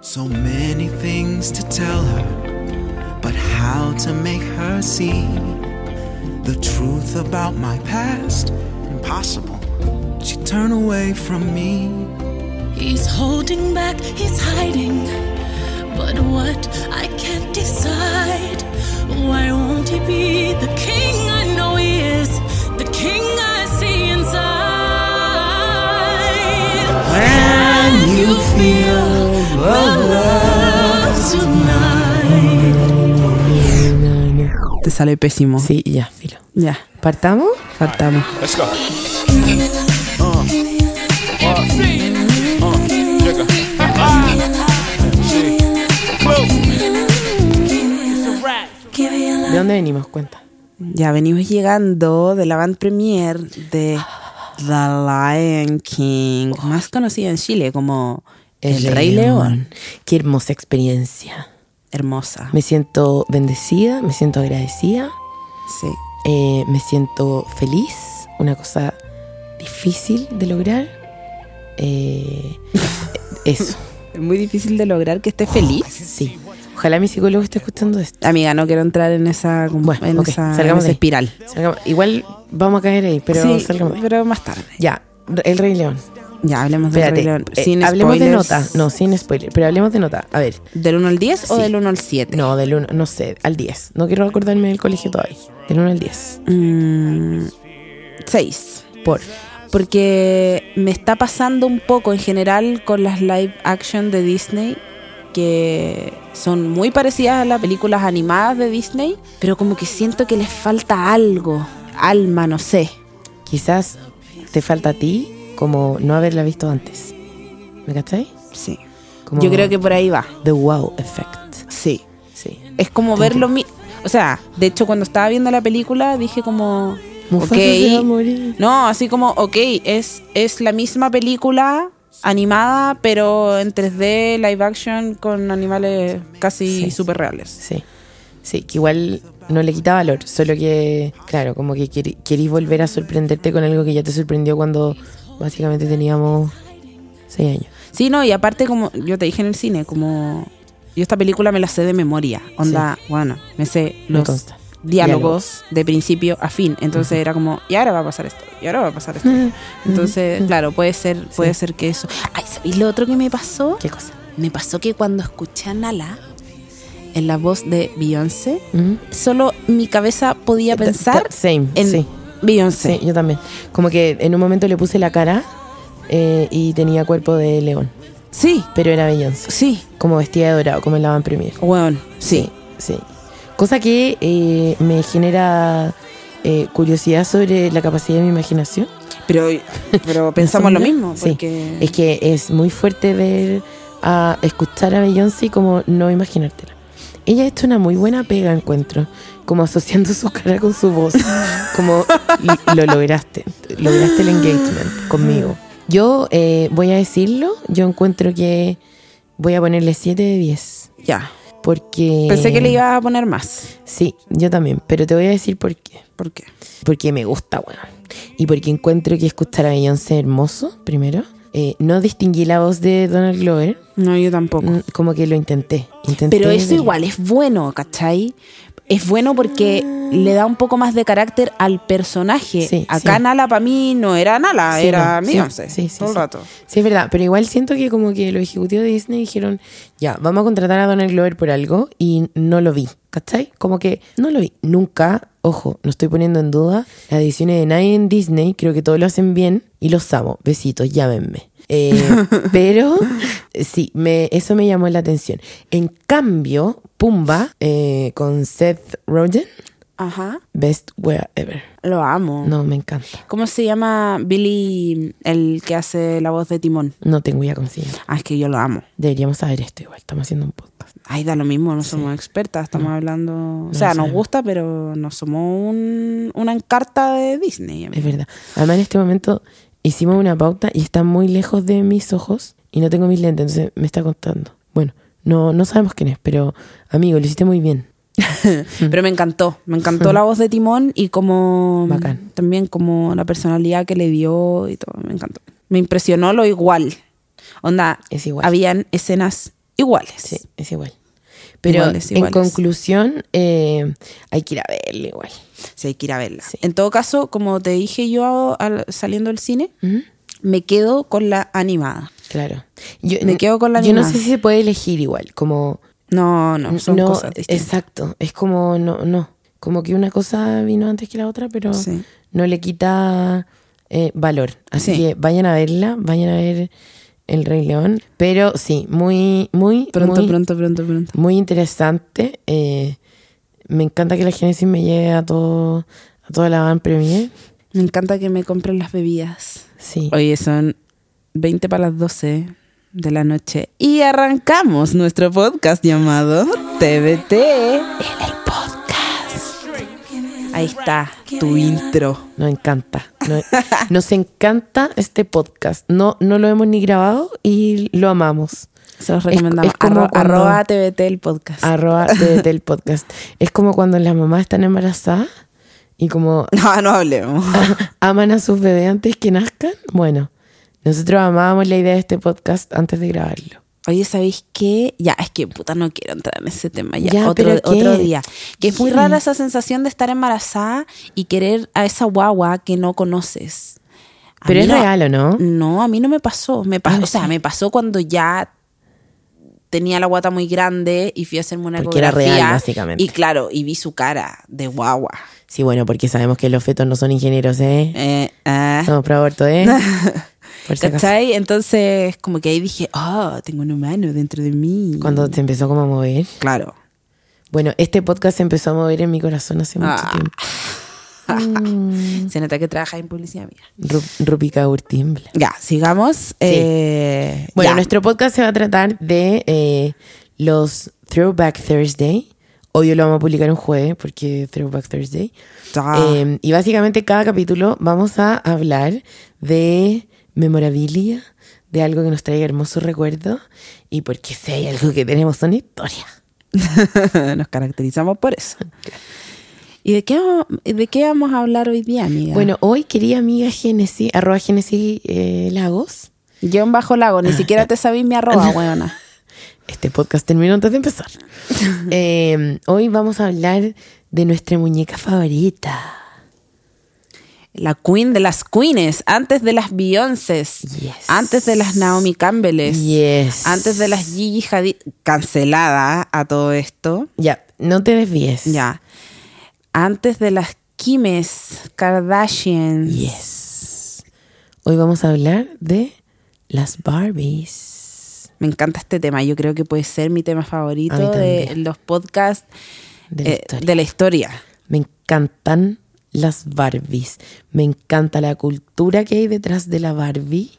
So many things to tell her, but how to make her see the truth about my past? Impossible. She'd turn away from me. He's holding back, he's hiding. But what I can't decide. Why won't he be the king I know he is? The king I see inside. Can you feel the love tonight? Te sale pésimo. Sí, ya, filo. Ya, ¿Partamos? saltamos. Let's go. ¿De dónde venimos? Cuenta. Ya venimos llegando de la band premier de The Lion King, Oh. más conocida en Chile como El, Rey León. Qué hermosa experiencia. Hermosa. Me siento bendecida, me siento agradecida, Sí. eh, me siento feliz. Una cosa difícil de lograr. Eh, eso, Es muy difícil de lograr que esté feliz. sí. Ojalá mi psicólogo esté escuchando esto. Amiga, no quiero entrar en esa, como- Bueno, en ok, esa, salgamos en esa de ahí. espiral. Salgamos- Igual vamos a caer ahí, pero Sí, salgamos. de ahí. pero más tarde. Ya, El Rey León. Ya hablemos del Espérate, Rey León. eh, Sin hablemos de spoilers. nota. No, sin spoiler, pero hablemos de nota. A ver, ¿Del 1 al 10 o Sí. del 1 al 7? no, del 1, no sé, al 10. No quiero acordarme del colegio todavía. Del 1 al 10. Mm, 6. Por. Porque me está pasando un poco en general con las live action de Disney, que son muy parecidas a las películas animadas de Disney, pero como que siento que les falta algo, alma, no sé. Quizás te falta a ti como no haberla visto antes. ¿Me cachai? Sí. Como Yo creo que por ahí va. The wow effect. Sí. Sí. Es como ver lo mismo. O sea, de hecho cuando estaba viendo la película dije como... Mufasa se va a morir. No, así como, ok, es, es la misma película animada, pero en 3D, live action, con animales casi Sí. super reales. Sí. Sí, que igual no le quita valor, solo que, claro, como que quer- querís volver a sorprenderte con algo que ya te sorprendió cuando básicamente teníamos 6 años. Sí, no, y aparte, como yo te dije en el cine, como yo esta película me la sé de memoria. Onda, bueno, me sé Me los consta. diálogos, de principio a fin. Entonces era como, y ahora va a pasar esto, y ahora va a pasar esto. Entonces, claro, puede ser, puede ser que eso. Ay, ¿sabéis lo otro que me pasó? ¿Qué cosa? Me pasó que cuando escuché a Nala en la voz de Beyoncé, ¿Mm? solo mi cabeza podía Ta- pensar ta- Same, en Eh, sí. Sí, Beyoncé. yo también. Como que en un momento le puse la cara eh, y tenía cuerpo de león, Sí, pero era Beyoncé. sí, Como vestida de dorado, como en la van premier. weón, sí. Sí. Cosa que eh, me genera eh, curiosidad sobre la capacidad de mi imaginación. Pero, pero pensamos lo mismo, Sí. porque... Es que es muy fuerte ver a escuchar a Beyoncé y como no imaginártela. Ella ha hecho una muy buena pega, encuentro, como asociando su cara con su voz. Como y lo lograste, lograste el engagement conmigo. Yo eh, voy a decirlo, yo encuentro que voy a ponerle 7 de 10. Ya, Porque. pensé que le iba a poner más. Sí, yo también, pero te voy a decir por qué. ¿Por qué? Porque me gusta, weón. Y porque encuentro que escuchar a Beyoncé hermoso, primero. Eh, no distinguí la voz de Donald Glover. No, yo tampoco. Mm, Como que lo intenté. intenté Pero eso verlo. igual es bueno, ¿cachai? Es bueno porque le da un poco más de carácter al personaje. Ah. Sí, Acá sí. Nala para mí no era Nala, Sí, Ah, era no, sí, Beyoncé. sí, sí, todo el sí. rato. Sí, es verdad. Pero igual siento que como que los ejecutivos de Disney dijeron, ya, vamos a contratar a Donald Glover por algo y no lo vi. ¿Cachai? Como que no lo vi. Nunca, ojo, no estoy poniendo en duda las ediciones de nadie en Disney. Creo que todos lo hacen bien y los amo. Besitos, llámenme. Eh, pero eh, sí, me, eso me llamó la atención. En cambio, Pumba eh, con Seth Rogen, Ajá, Best Wherever. lo amo. No, me encanta. ¿Cómo se llama Billy, el que hace la voz de Timón? No tengo idea cómo se llama. Ah, es que yo lo amo. Deberíamos saber esto igual. Estamos haciendo un podcast. Ay, da lo mismo, no somos expertas, estamos hablando... o sea, nos gusta, pero no somos un- una encarta de Disney. Es verdad. Además, en este momento hicimos una pauta y está muy lejos de mis ojos y no tengo mis lentes, entonces me está contando. Bueno, no, no sabemos quién es, pero amigo, lo hiciste muy bien. Mm. Pero me encantó, me encantó la voz de Timón y como Bacán. también como la personalidad que le dio y todo, me encantó. Me impresionó lo igual. Onda, Es igual. habían escenas iguales. Sí, es igual. Pero Iguales, en iguales. conclusión, eh, hay que ir a verla igual. Si hay que ir a verla. Sí. En todo caso, como te dije yo al- saliendo del cine, Ujú. me quedo con la animada. Claro. Yo, Me quedo con la Yo no animada. sé si se puede elegir igual, como No, no, son no, cosas distintas. Exacto, es como no, no, como que una cosa vino antes que la otra, pero Sí. no le quita eh, valor. Así Sí. que vayan a verla, vayan a ver El Rey León, pero sí, muy, muy, Pronto, muy, pronto, pronto, pronto. muy interesante. eh, me encanta que la Génesis me lleve a todo, a toda la van premier. Me encanta que me compren las bebidas. Sí. Oye, son 20 para las 12 de la noche. Y arrancamos nuestro podcast llamado TBT en el podcast. Ahí está tu intro. Nos encanta. No- Nos encanta este podcast. No, no lo hemos ni grabado y lo amamos. Se los Es- recomendamos. es como Arro- cuando- Arroba TBT el podcast. Arroba TVT el podcast. Es como cuando las mamás están embarazadas y como no, no hablemos. aman a sus bebés antes que nazcan. Bueno, nosotros amábamos la idea de este podcast antes de grabarlo. Oye, ¿sabéis qué? Ya, es que puta, no quiero entrar en ese tema ya. Ya, otro, pero ¿qué? otro día. Que es muy ¿Qué? rara esa sensación de estar embarazada y querer a esa guagua que no conoces. A Pero mí es real, ¿o no? No, a mí no me pasó. Me pa- Ah, o sea, sí. me pasó cuando ya tenía la guata muy grande y fui a hacerme una Porque era real, ecografía. básicamente. Y claro, y vi su cara de guagua. Sí, bueno, porque sabemos que los fetos no son ingenieros, ¿eh? Eh, ah. Somos pro aborto, ¿eh? Por si acaso. ¿Cachai? Entonces, como que ahí dije, oh, tengo un humano dentro de mí. Cuando se empezó como a mover. Claro. Bueno, este podcast se empezó a mover en mi corazón hace mucho Ah. tiempo. Mm. Se nota que trabaja en publicidad, mía. Ru- Rupi Kaur tiembla. Ya, sigamos. Eh, Bueno, ya. nuestro podcast se va a tratar de eh, los Throwback Thursday. Hoy lo vamos a publicar un jueves porque Throwback Thursday. Ah. Eh, y básicamente cada capítulo vamos a hablar de memorabilia, de algo que nos traiga hermosos recuerdos y porque si hay algo que tenemos son historias. eh, Nos caracterizamos por eso. ¿Y de qué, vamos- de qué vamos a hablar hoy día, amiga? Bueno, hoy quería amiga Genesis, arroba Genesis eh, Lagos. Guión bajo lago, ni siquiera te sabí mi arroba, weona. Este podcast terminó antes de empezar. Eh, hoy vamos a hablar de nuestra muñeca favorita. La queen de las queens, antes de las Beyoncés, Yes. antes de las Naomi Campbells, Yes. antes de las Gigi Hadid, cancelada ¿eh? a todo esto, Ya, no te desvíes. ya. Antes de las Kimes, Kardashian, Yes. Hoy vamos a hablar de las Barbies. me encanta este tema, yo creo que puede ser mi tema A mí favorito de también. los podcasts De la eh, historia. de la historia. Me encantan las Barbies. Me encanta la cultura que hay detrás de la Barbie.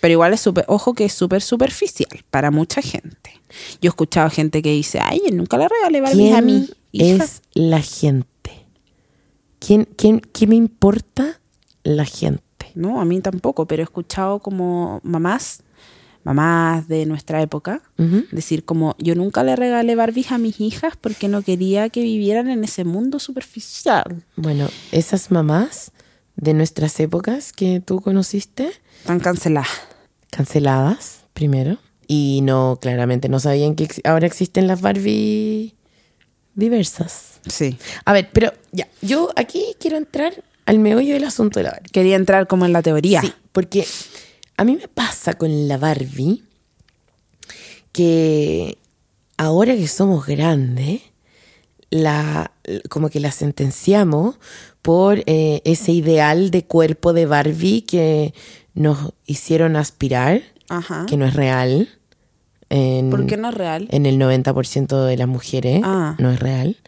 Pero igual es súper, ojo que es súper superficial para mucha gente. Yo he escuchado gente que dice, ay, yo nunca le regalé Barbies ¿Quién a mí. hija". es la gente? ¿Quién, quién, ¿Qué me importa la gente? No, a mí tampoco, pero he escuchado como mamás, mamás de nuestra época, Ujú. decir como, yo nunca le regalé Barbies a mis hijas porque no quería que vivieran en ese mundo superficial. Bueno, esas mamás de nuestras épocas que tú conociste, Están canceladas. canceladas primero. Y no, claramente no sabían que ex- ahora existen las Barbie diversas. Sí. A ver, pero ya, yo aquí quiero entrar al meollo del asunto de la Barbie. Quería entrar como en la teoría. Sí, porque a mí me pasa con la Barbie que ahora que somos grandes, la, como que la sentenciamos por eh, ese ideal de cuerpo de Barbie que nos hicieron aspirar, Ajá. que eh, no es real. en- ¿Ah? ¿Por qué no es real? en el 90% de las mujeres. Ah. No es real.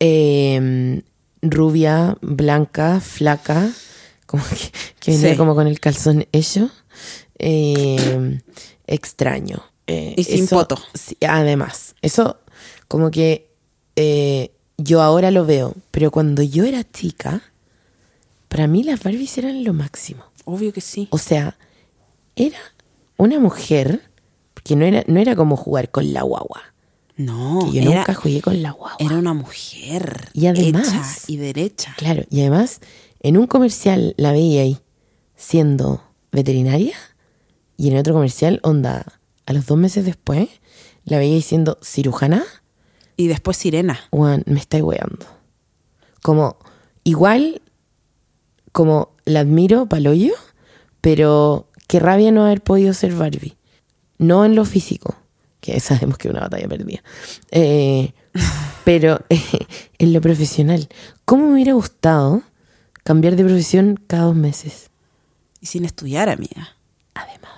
Eh, rubia, blanca, flaca, como que, que viene Sí. como con el calzón hecho. Eh, extraño. Eh, Y sin poto. sí, además, eso como que eh, yo ahora lo veo, pero cuando yo era chica, para mí las Barbies eran lo máximo. Obvio que sí. O sea, era una mujer, porque no era, no era como jugar con la guagua. No, que yo era, nunca jugué con la guagua. era una mujer Y además- hecha y derecha. Claro, y además, en un comercial la veía ahí siendo veterinaria y en otro comercial onda a los dos meses después, la veía diciendo, cirujana, Y después Sirena. Juan, me estáis weando. Como, igual, como la admiro paloyo, pero qué rabia no haber podido ser Barbie. No en lo físico, que sabemos que es una batalla perdida. Eh, pero en lo profesional. ¿Cómo me hubiera gustado cambiar de profesión cada dos meses? Y sin estudiar, amiga. Además.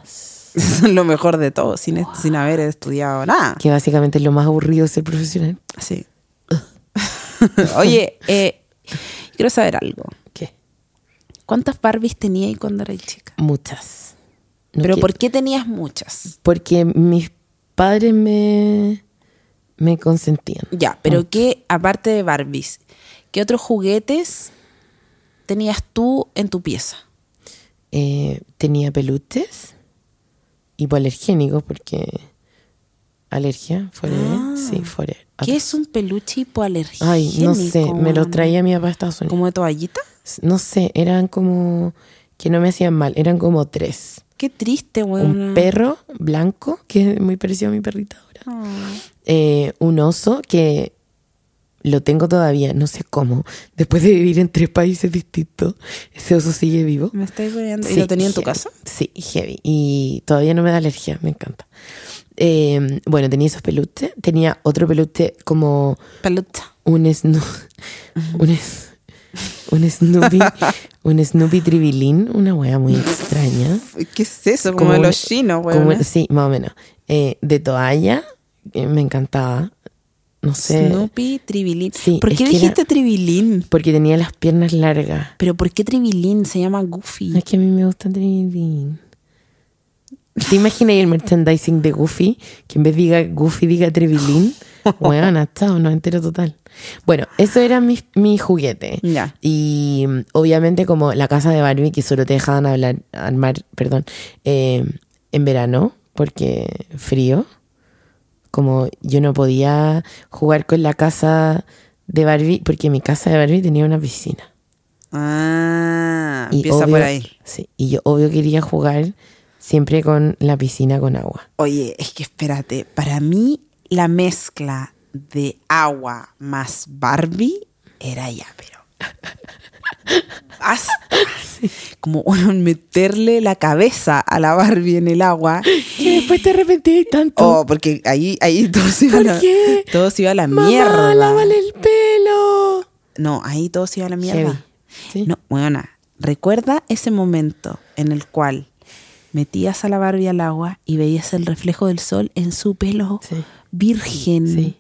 Lo mejor de todo, sin, est- sin haber estudiado nada. Que básicamente es lo más aburrido de ser profesional. Sí. Oye, eh, quiero saber algo. ¿Qué? ¿Cuántas Barbies tenías cuando eras chica? Muchas. No ¿Pero quiero- por qué tenías muchas? Porque mis padres me, me consentían. Ya, pero ¿qué, aparte de Barbies, qué otros juguetes tenías tú en tu pieza? Eh, tenía peluches hipoalergénicos porque alergia, forever. sí, forever. Ah. ¿Qué es un peluche hipoalergénico? Ay, no sé, me los weona? traía mi papá de Estados Unidos. ¿Como de toallita? No sé, eran como que no me hacían mal, eran como tres. Qué triste, weón. Un perro blanco, que es muy parecido a mi perrita ahora. Eh, un oso que lo tengo todavía, no sé cómo. Después de vivir en tres países distintos, ese oso sigue vivo. Me estoy weando. ¿Y Sí, lo tenía en tu heavy. casa? Sí, heavy. Y todavía no me da alergia, me encanta. Eh, bueno, tenía esos peluches. Tenía otro peluche como Pelucha. un Snoopy. Un, es- un Snoopy. un Snoopy tribilín. Una wea muy extraña. ¿Qué es eso? Como, de un- los chinos, como- weón. Sí, más o menos. Eh, de toalla. eh, me encantaba. No sé. Snoopy, Tribilín. Sí, ¿Por es qué que era- dijiste Tribilín? Porque tenía las piernas largas. ¿Pero por qué Tribilín? Se llama Goofy. Es que a mí me gusta Tribilín. ¿Te imaginas el merchandising de Goofy? Que en vez diga Goofy diga Tribilín. Bueno, hasta no entero total. Bueno, eso era mi, mi juguete. Ya. Y mm, obviamente como la casa de Barbie que solo te dejaban hablar, armar, perdón, eh, en verano, porque frío. Como yo no podía jugar con la casa de Barbie, porque mi casa de Barbie tenía una piscina. Ah, Y empieza obvio- por ahí. Sí, y yo obvio quería jugar siempre con la piscina con agua. Oye, es que espérate. Para mí, la mezcla de agua más Barbie era ya, pero. Hasta. Como bueno, meterle la cabeza a la Barbie en el agua. Y después te arrepentí tanto. Oh, porque ahí, ahí todo se iba a ¿Por la, qué? todo se iba a la mierda. el pelo! No, ahí todo se iba a la mierda. Heavy. Sí. No, bueno, recuerda ese momento en el cual metías a la Barbie al agua y veías el reflejo del sol en su pelo Sí. virgen. Sí.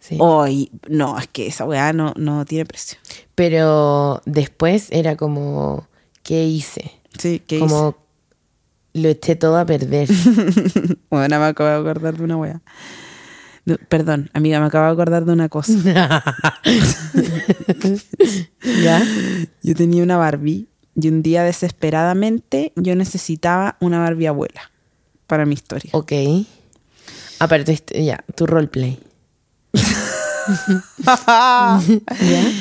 sí. Hoy, no, es que esa weá no, no tiene precio. Pero después era como, ¿qué hice? Sí, que como lo eché todo a perder. Bueno, me acabo de acordar de una weá. No, perdón, amiga, me acabo de acordar de una cosa. ¿Ya? Yo tenía una Barbie y un día desesperadamente yo necesitaba una Barbie abuela para mi historia. Ok. Aparte, este- ya, tu roleplay. ¿Ya?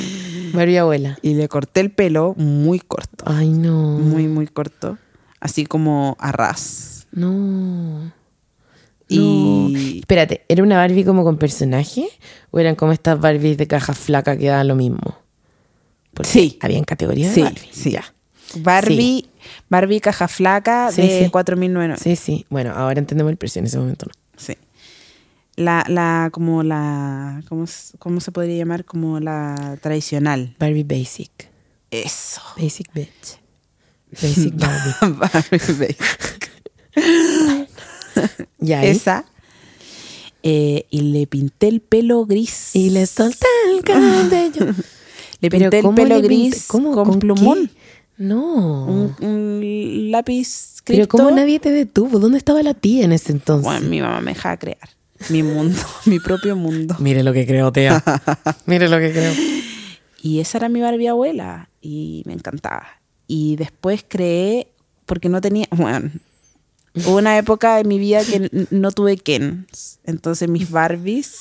Barbie abuela. y le corté el pelo muy corto, Ay, no. muy, muy corto, así como a ras. No. Y- Y. Espérate, ¿era una Barbie como con personaje? ¿O eran como estas Barbies de caja flaca que daban lo mismo? Porque Sí. Habían categorías Sí, de Barbie. sí. ya. Barbie, Barbie caja flaca Sí, de sí. 4.900. Sí, sí. Bueno, ahora entendemos el precio en ese momento. no. Sí. La, la, como la, ¿cómo, s- cómo se podría llamar? Como la tradicional. Barbie Basic. Eso. Basic Bitch. Basic Barbie. Barbie Basic. ya. ¿eh? Esa. Eh, y le pinté el pelo gris. Y le solté el cabello. Le Pero pinté el ¿cómo pelo le pinté? gris ¿Cómo? con, qué? plumón. No. Un, un lápiz Pero cripto. ¿cómo nadie te detuvo? ¿Dónde estaba la tía en ese entonces? Bueno, mi mamá me dejaba crear mi mundo, mi propio mundo. Mire lo que creo, tía. Mire lo que creo. Y esa era mi Barbie abuela y me encantaba. Y después creé, porque no tenía, bueno, hubo una época de mi vida que n- no tuve Ken. Entonces mis Barbies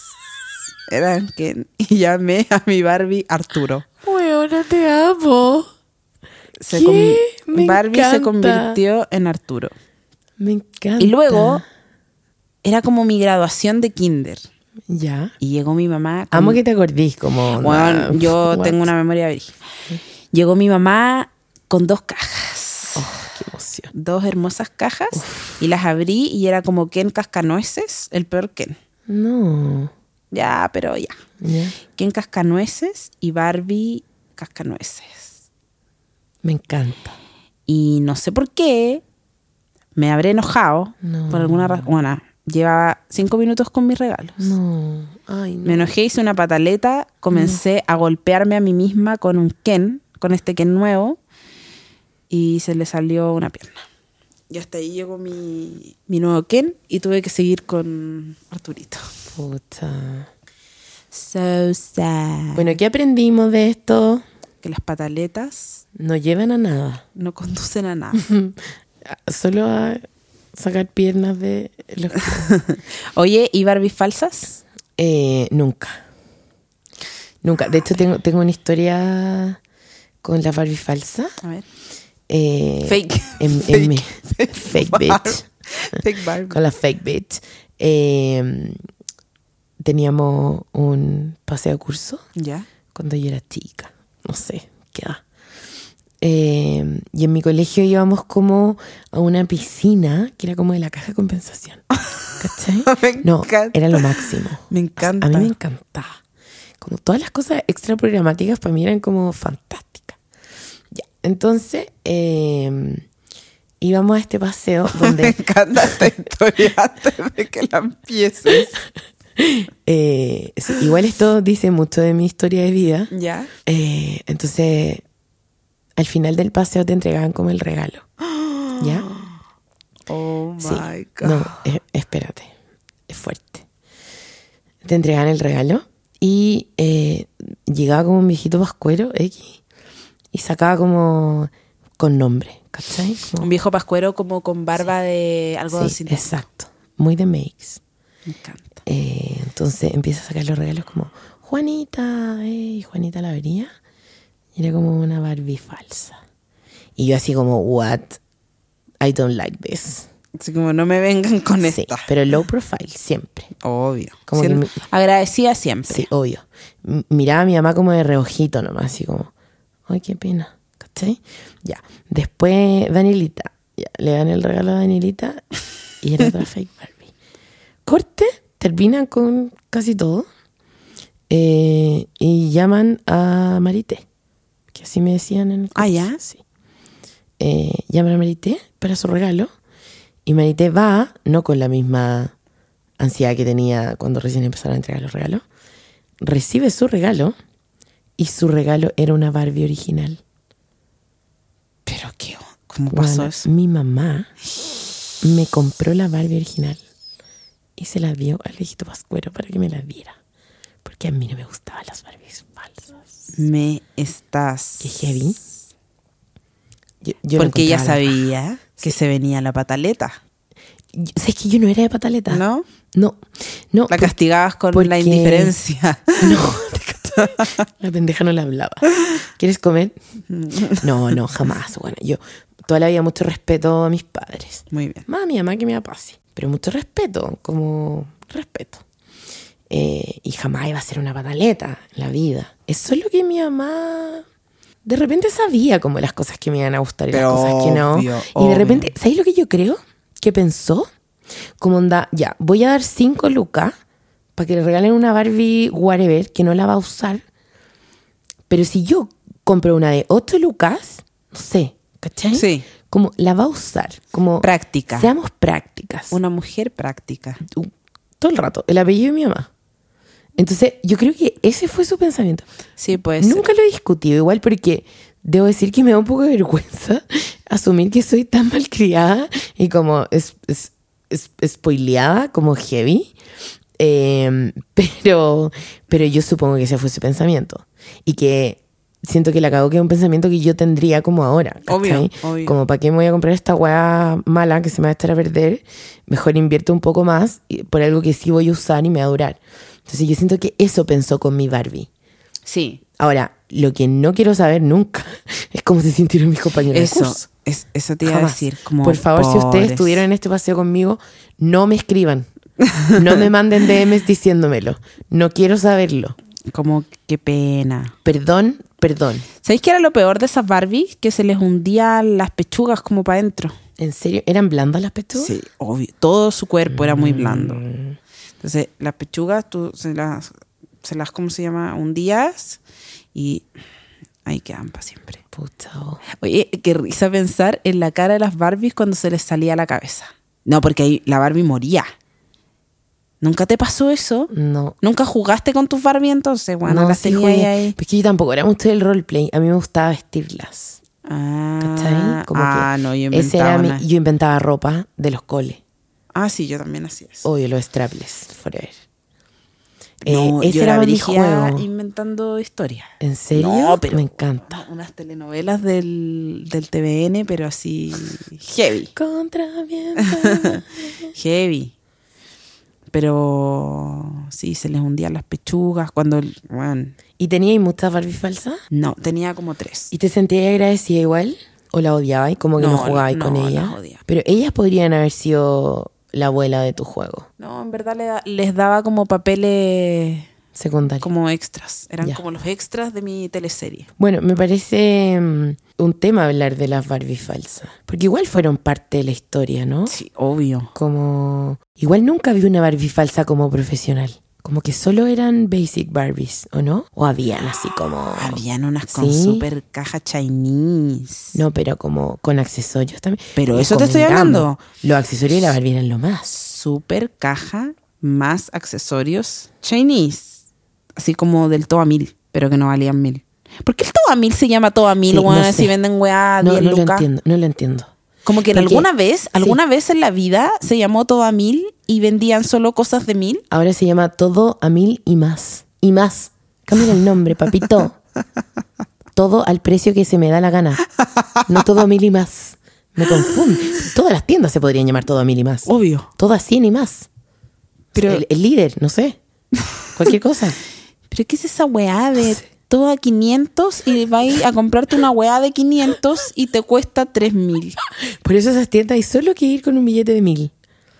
eran Ken y llamé a mi Barbie Arturo. Weona, te amo. Se ¿Qué? conv- Me Barbie se encanta. convirtió en Arturo. Me encanta. Y luego era como mi graduación de kinder. Ya. Y llegó mi mamá. con- Amo que te acordís, como. Bueno, onda, yo what? tengo una memoria virgen. Llegó mi mamá con dos cajas. Oh, Qué emoción. Dos hermosas cajas. Y las abrí y era como Ken Cascanueces, el peor Ken. No. Ya, pero ya. Ya. Ken Cascanueces y Barbie Cascanueces. Me encanta. Y no sé por qué me habré enojado por alguna Ah. razón. Bueno, llevaba cinco minutos con mis regalos. No. Ay, no. Me enojé, hice una pataleta, comencé Mm. a golpearme a mí misma con un Ken, con este Ken nuevo, y se le salió una pierna. Y hasta ahí llegó mi, mi nuevo Ken y tuve que seguir con Arturito. Puta. So sad. Bueno, ¿qué aprendimos de esto? Que las pataletas No llevan a nada. no conducen a nada. Solo a sacar piernas de los. Oye, ¿y Barbie falsas? Eh, nunca. Nunca. De hecho, tengo, tengo una historia con la Barbie falsa. A ver. Eh, Fake. en- Fake. en mi- fake bitch. Fake Barbie. Con la fake bitch. Eh, teníamos un paseo a curso ¿Ya? cuando yo era chica. No sé, qué edad. Eh, y en mi colegio íbamos como a una piscina que era como de la caja de compensación. ¿Cachai? Me no, encanta. era lo máximo. Me encanta. A mí me encantaba. Como todas las cosas extra programáticas para mí eran como fantásticas. Ya, entonces eh, íbamos a este paseo donde encanta esta historia antes de que la empieces. eh, sí, igual esto dice mucho de mi historia de vida. ¿Ya? Eh, entonces, al final del paseo te entregaban como el regalo. ¿Ya? Oh Sí. my God. No, e- espérate. Es fuerte. Te entregaban el regalo y eh, llegaba como un viejito pascuero X y sacaba como con nombre, ¿cachai? Como- Un viejo pascuero como con barba de algodón sí, sin exacto. Muy de makes. Me encanta. Eh, entonces empieza a sacar los regalos como Juanita, ey, Juanita la vería. Y era como una Barbie falsa. Y yo así como, what? I don't like this. Así como no me vengan con Sí, esta. pero low profile siempre. Obvio. Como que Siendo- mi- Agradecida siempre. Sí, obvio. M- Miraba a mi mamá como de reojito nomás, así como, ay, qué pena, ¿cachai? Ya. Después, Danielita. Ya, le dan el regalo a Danielita y era otra fake Barbie. Corte, terminan con casi todo eh, y llaman a Marité, que así me decían en el Ah, colegio, ¿ya? Sí. Eh, llaman a Marité para su regalo y Marité va, no con la misma ansiedad que tenía cuando recién empezaron a entregar los regalos, recibe su regalo y su regalo era una Barbie original. Pero qué, ¿cómo pasó Bueno, eso? Mi mamá me compró la Barbie original y se la dio al viejito pascuero para que me la viera. Porque a mí no me gustaban las Barbies falsas. Me estás. mm. Qué heavy. Yo- yo no Porque ella encontraba la- sabía que se venía la pataleta, Yo- ¿Sabes que yo no era de pataleta? ¿no? No. No. La por- castigabas con la porque- indiferencia. No, te cachai. la pendeja no la hablaba. ¿Quieres comer? No, no, jamás. Bueno, yo toda la vida mucho respeto a mis padres. Muy bien. Mami, mamá, que me la pase. Pero mucho respeto, como respeto. Eh, y jamás iba a ser una pataleta en la vida. Eso es lo que mi mamá... De repente sabía como las cosas que me iban a gustar y Pero las cosas que no. obvio, y de obvio. repente, ¿sabéis lo que yo creo? Que pensó, como onda, ya, voy a dar cinco lucas para que le regalen una Barbie whatever que no la va a usar. Pero si yo compro una de 8 lucas, no sé, ¿cachai? Sí. Como la va a usar, como... Práctica. Seamos prácticas. Una mujer práctica. Tú- Todo el rato, el apellido de mi mamá. Entonces, yo creo que ese fue su pensamiento. Sí, pues. Nunca lo he discutido igual porque debo decir que me da un poco de vergüenza asumir que soy tan malcriada y como es, es, es- spoileada, como heavy. Eh, pero, pero yo supongo que ese fue su pensamiento. Y que siento que la cago que es un pensamiento que yo tendría como ahora. ¿cachai? Obvio, obvio. Como para qué me voy a comprar esta weá mala que se me va a estar a perder. Mejor invierto un poco más y- por algo que sí voy a usar y me va a durar. Entonces yo siento que eso pensó con mi Barbie. Sí. Ahora, lo que no quiero saber nunca es cómo se sintieron mis compañeros de Eso. curso. es- eso te iba a Jamás. decir. Como, Por favor, si ustedes pobres. estuvieron en este paseo conmigo, no me escriban. No me manden DMs diciéndomelo. No quiero saberlo. Como, qué pena. Perdón, perdón. ¿Sabéis que era lo peor de esas Barbies? Que se les hundían las pechugas como para adentro. ¿En serio? ¿Eran blandas las pechugas? Sí, obvio. Todo su cuerpo era muy blando. Entonces, las pechugas, tú se las, se las ¿cómo se llama? Hundías y ahí quedan para siempre. Puta. oh. Oye, qué risa pensar en la cara de las Barbies cuando se les salía la cabeza. No, porque ahí la Barbie moría. ¿Nunca te pasó eso? No. ¿Nunca jugaste con tus Barbie entonces? Bueno, no, las sí, tenía jugué. ahí. Pues que yo tampoco era mucho del roleplay. A mí me gustaba vestirlas. Ah, ¿Cachai? Como ah, que no, yo ese era inventaba mi- una- yo inventaba ropa de los coles. Ah, sí, yo también hacía eso. Odio los strapless forever. No, Oh, yo Eh, ese era mi brígida juego. inventando historias. ¿En serio? No, pero- Me encanta. Unas telenovelas del, del TVN, pero así heavy, Contra viento. heavy. Pero sí, se les hundían las pechugas cuando... el- bueno, ¿Y teníais muchas Barbie falsas? no, tenía como tres. ¿Y te sentías agradecida igual? ¿O la odiabais? Como que no, No, jugabais no, con las ella. odiaba. Pero ellas podrían haber sido la abuela de tu juego No, en verdad le da- les daba como papeles secundaria. como extras. Eran Ya. como los extras de mi teleserie. Bueno, me parece mm, un tema hablar de las Barbie falsas. Porque igual fueron parte de la historia, ¿no? Sí, obvio. Como. Igual nunca vi una Barbie falsa como profesional. Como que solo eran basic Barbies, ¿o no? O habían así como. Habían unas con Sí. super caja Chinese. No, pero como con accesorios también. Pero Y eso te estoy convengamos, hablando. Los accesorios de la Barbie eran lo más. Super caja más accesorios Chinese. Así como del todo a mil, pero que no valían mil. ¿Por qué el todo a mil se llama todo a mil, Sí, weón? no sé. Si venden weá, No, 10 no lo lucas. entiendo, no lo entiendo. Como que en Porque- alguna vez, sí. alguna vez en la vida se llamó todo a mil y vendían solo cosas de mil. Ahora se llama Todo a Mil y Más. Y Más. Cambia el nombre, papito. Todo al precio que se me da la gana. No Todo a Mil y Más. Me confundo. Todas las tiendas se podrían llamar Todo a Mil y Más. Obvio. Todo a 100 y Más. Pero- el, el líder, no sé. Cualquier cosa. ¿Pero qué es esa weá de todo a 500 y vais a comprarte una weá de 500 y te cuesta 3000? Por eso esas tiendas hay solo que ir con un billete de mil.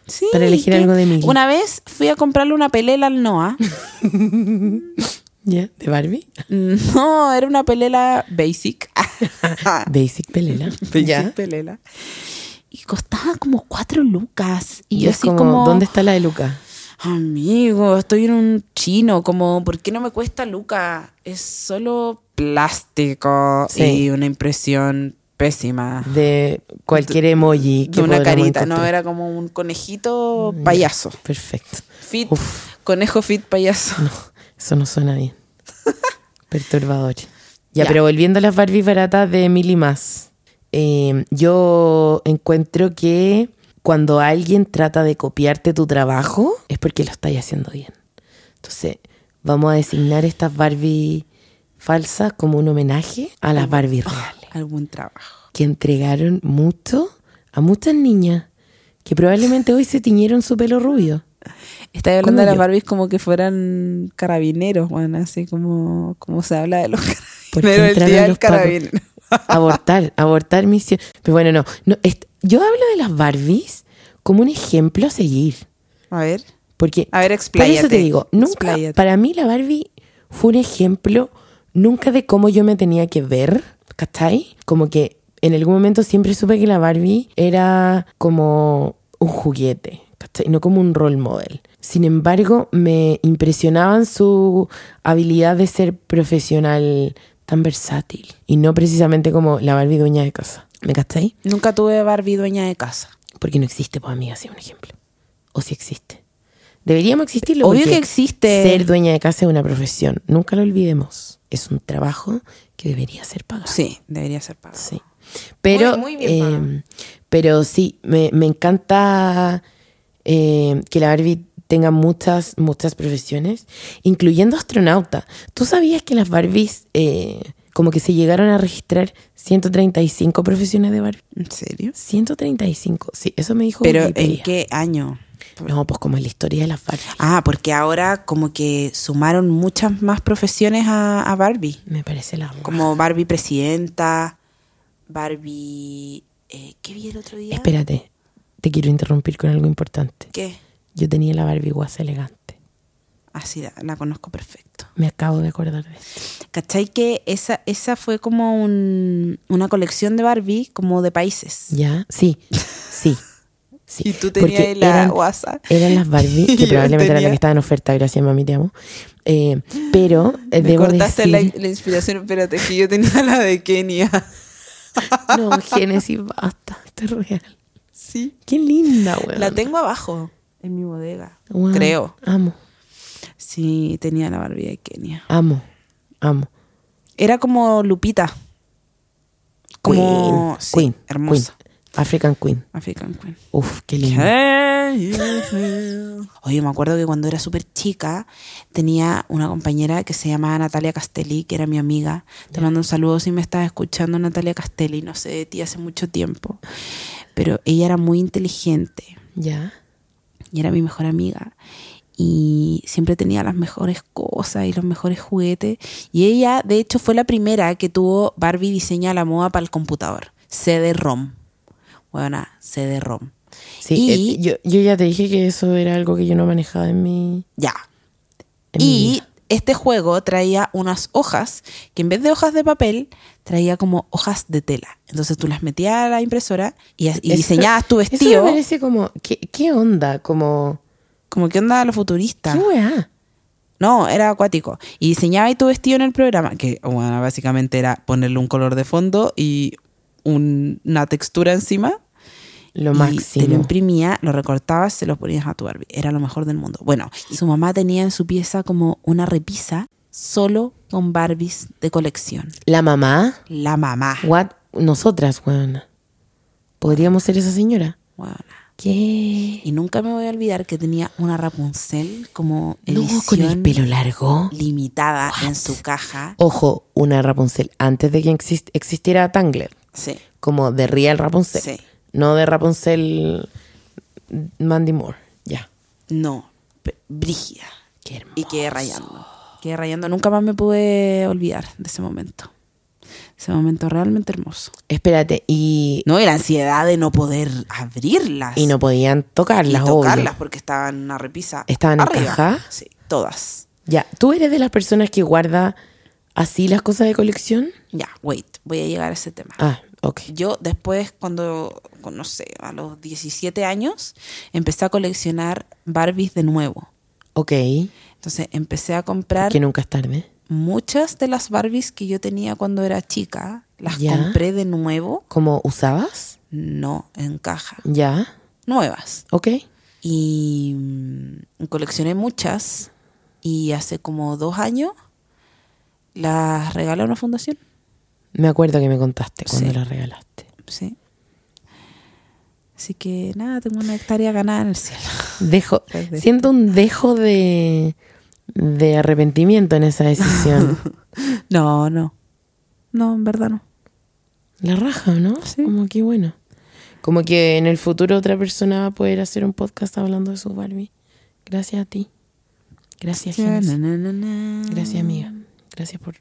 Sí, Para elegir que algo de mil. Una vez fui a comprarle una pelela al Noah. ¿Ya? ¿De Barbie? No, era una pelela basic. Ah. Basic Pelela. basic pelela. Y costaba como 4 lucas. Y yo es así como, como, ¿dónde está la de Luca? Amigo, estoy en un chino, como, ¿por qué no me cuesta Luca? Es solo plástico Sí. y una impresión pésima. De cualquier emoji. de que una podamos carita, no encontrar. era como un conejito payaso. Perfecto. Fit, Mm, Uf. conejo fit payaso. Eso no suena bien. Perturbador. Ya, Ya. pero volviendo a las Barbies baratas de mil y más. eh, yo encuentro que cuando alguien trata de copiarte tu trabajo es porque lo estáis haciendo bien. Entonces, vamos a designar estas Barbie falsas como un homenaje a las Barbies reales Algún trabajo. que entregaron mucho a muchas niñas que probablemente hoy se tiñeron su pelo rubio. Estaba hablando Como de las yo. Barbies como que fueran carabineros, Juan, así como, como se habla de los ¿Por qué carabineros. El entraron día del los pacos? carabinero. abortar, abortar misión. Pero bueno, no. no est- yo hablo de las Barbies como un ejemplo a seguir. A ver. Porque, A ver, por eso expláyate, te digo, nunca, expláyate. para mí la Barbie fue un ejemplo nunca de cómo yo me tenía que ver, ¿cachai? Como que en algún momento siempre supe que la Barbie era como un juguete, ¿cachai? No como un role model. Sin embargo, me impresionaban su habilidad de ser profesional tan versátil y no precisamente como la Barbie dueña de casa. ¿Me cachai? Nunca tuve Barbie dueña de casa. Porque no existe, pues amiga, así un ejemplo. O si existe. Deberíamos existirlo. Obvio porque que existe. Ser dueña de casa es una profesión. Nunca lo olvidemos. Es un trabajo que debería ser pagado. Sí, debería ser para. Ah. Sí. Pero, Muy- muy bien eh, pagado. pero sí, me, me encanta eh, que la Barbie tenga muchas, muchas profesiones, incluyendo astronauta. ¿Tú sabías que las Barbies eh, como que se llegaron a registrar 135 profesiones de Barbie? ¿En serio? 135, sí, eso me dijo Pero ¿en Wikipedia. qué año? No, pues como en la historia de las Barbies. Ah, porque ahora como que sumaron muchas más profesiones a- a Barbie. Me parece la raja. como Barbie presidenta, Barbie... eh, ¿Qué vi el otro día? Espérate, te quiero interrumpir con algo importante. ¿Qué? Yo tenía la Barbie guasa elegante. Así la, la conozco perfecto. Me acabo de acordar de esto. ¿Cachai que esa, esa fue como un- una colección de Barbie como de países? ¿Ya? Sí, sí. sí. Y tú tenías Porque la eran- guasa. Eran las Barbie, Y que yo probablemente eran tenía- las que estaban en oferta, gracias mami, te amo. Eh, pero eh, Me debo cortaste decir... la, la inspiración, espérate, que yo tenía la de Kenia. No, Génesis, basta, esto es real. Sí. Qué linda, weón. La tengo abajo, en mi bodega. Weón, Creo. Amo, Sí, tenía la Barbie de Kenia. amo, amo. Era como Lupita. Como Queen, sí, Queen, hermosa. Queen. African Queen. African Queen. Uf, qué linda. Can you feel? Oye, me acuerdo que cuando era súper chica tenía una compañera que se llamaba Natalia Castelli, que era mi amiga. Te mando un saludo si me estás escuchando, Natalia Castelli. No sé de ti hace mucho tiempo. Pero ella era muy inteligente Ya. y era mi mejor amiga. Y siempre tenía las mejores cosas y los mejores juguetes. Y ella, de hecho, fue la primera que tuvo Barbie diseña la moda para el computador. CD-ROM. Bueno, CD-ROM. Sí, Y- eh, yo, yo ya te dije que eso era algo que yo no manejaba en mi... Ya. en mi Y este juego traía unas hojas que en vez de hojas de papel traía como hojas de tela. Entonces tú las metías a la impresora y, y Eso- diseñabas tu Eso vestido. me parece como, ¿qué, qué onda? Como, Como que onda lo futurista. ¿qué weá? No, era acuático. Y diseñaba ahí tu vestido en el programa, que bueno, básicamente era ponerle un color de fondo y un- una textura encima. Lo y máximo. Te lo imprimía, lo recortabas, se lo ponías a tu Barbie. Era lo mejor del mundo. Bueno, y su mamá tenía en su pieza como una repisa solo con Barbies de colección. La mamá, La mamá. what, nosotras, weón. Podríamos ser esa señora. Weona. ¿Qué? Y nunca me voy a olvidar que tenía una Rapunzel como No, edición con el pelo Oh. largo. limitada en su caja. Ojo, una Rapunzel antes de que exist- existiera Tangler, Sí. como de Real Rapunzel, Sí. no de Rapunzel Mandy Moore, ya. No, pe- brígida. Qué hermoso. Y quedé rayando. Quedé rayando. Nunca más me pude olvidar de ese momento. Ese momento realmente hermoso. Espérate, y, No, y la ansiedad de no poder abrirlas. y no podían y tocarlas, obvio. tocarlas porque estaban en una repisa. ¿Estaban en arriba. caja? Sí, todas. Ya, ¿tú eres de las personas que guarda así las cosas de colección? Ya, wait, voy a llegar a ese tema. Ah, ok. Yo después, cuando, con- no sé, a los 17 años, empecé a coleccionar Barbies de nuevo. Ok, Entonces empecé a comprar que nunca es tarde. muchas de las Barbies que yo tenía cuando era chica. Las Ya. compré de nuevo, ¿Cómo usabas? no en caja, Ya, nuevas. ok. Y mm, coleccioné muchas y hace como dos años las regalé a una fundación. Me acuerdo que me contaste cuando Sí. las regalaste. Sí. Así que nada, tengo una hectárea ganada en el cielo. Dejo, Perfecto. siento un dejo de, de arrepentimiento en esa decisión. No, no. No, en verdad no. La raja, ¿no? Sí. Como que bueno. Como que en el futuro otra persona va a poder hacer un podcast hablando de su Barbie. Gracias a ti. Gracias, Genesis. Gracias, amiga. Gracias por,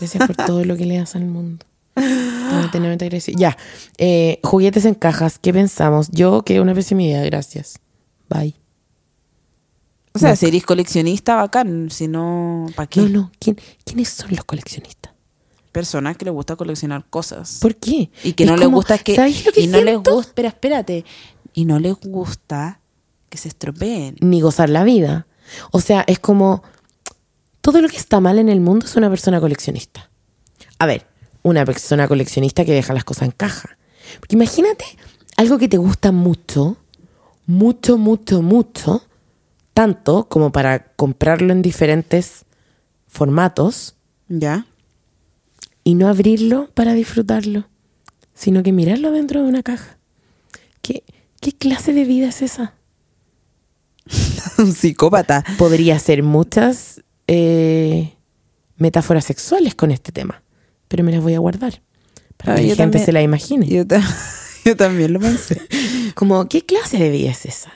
gracias por todo lo que le das al mundo. Estamos eternamente agradecidos. Ya. Eh, juguetes en cajas. ¿Qué pensamos? Yo, que una pésima idea. Gracias. Bye. O sea, si eres coleccionista, bacán. Si no, ¿para qué? No, no. ¿Quién, ¿Quiénes son los coleccionistas? Personas que les gusta coleccionar cosas. ¿Por qué? Y que Es no les como, gusta que. ¿Sabes lo que y no les siento? gusta. Espera, espérate. Y no les gusta que se estropeen. Ni gozar la vida. O sea, es como. Todo lo que está mal en el mundo es una persona coleccionista. A ver, una persona coleccionista que deja las cosas en caja. Porque imagínate algo que te gusta mucho, mucho, mucho, mucho, tanto como para comprarlo en diferentes formatos ¿Ya? y no abrirlo para disfrutarlo, sino que mirarlo dentro de una caja. ¿Qué, qué clase de vida es esa? Un psicópata. podría hacer muchas eh, metáforas sexuales con este tema, pero me las voy a guardar para Ah, que la yo gente también. se la imagine. Yo, ta- yo también lo pensé. Como, ¿qué clase de vida es esa?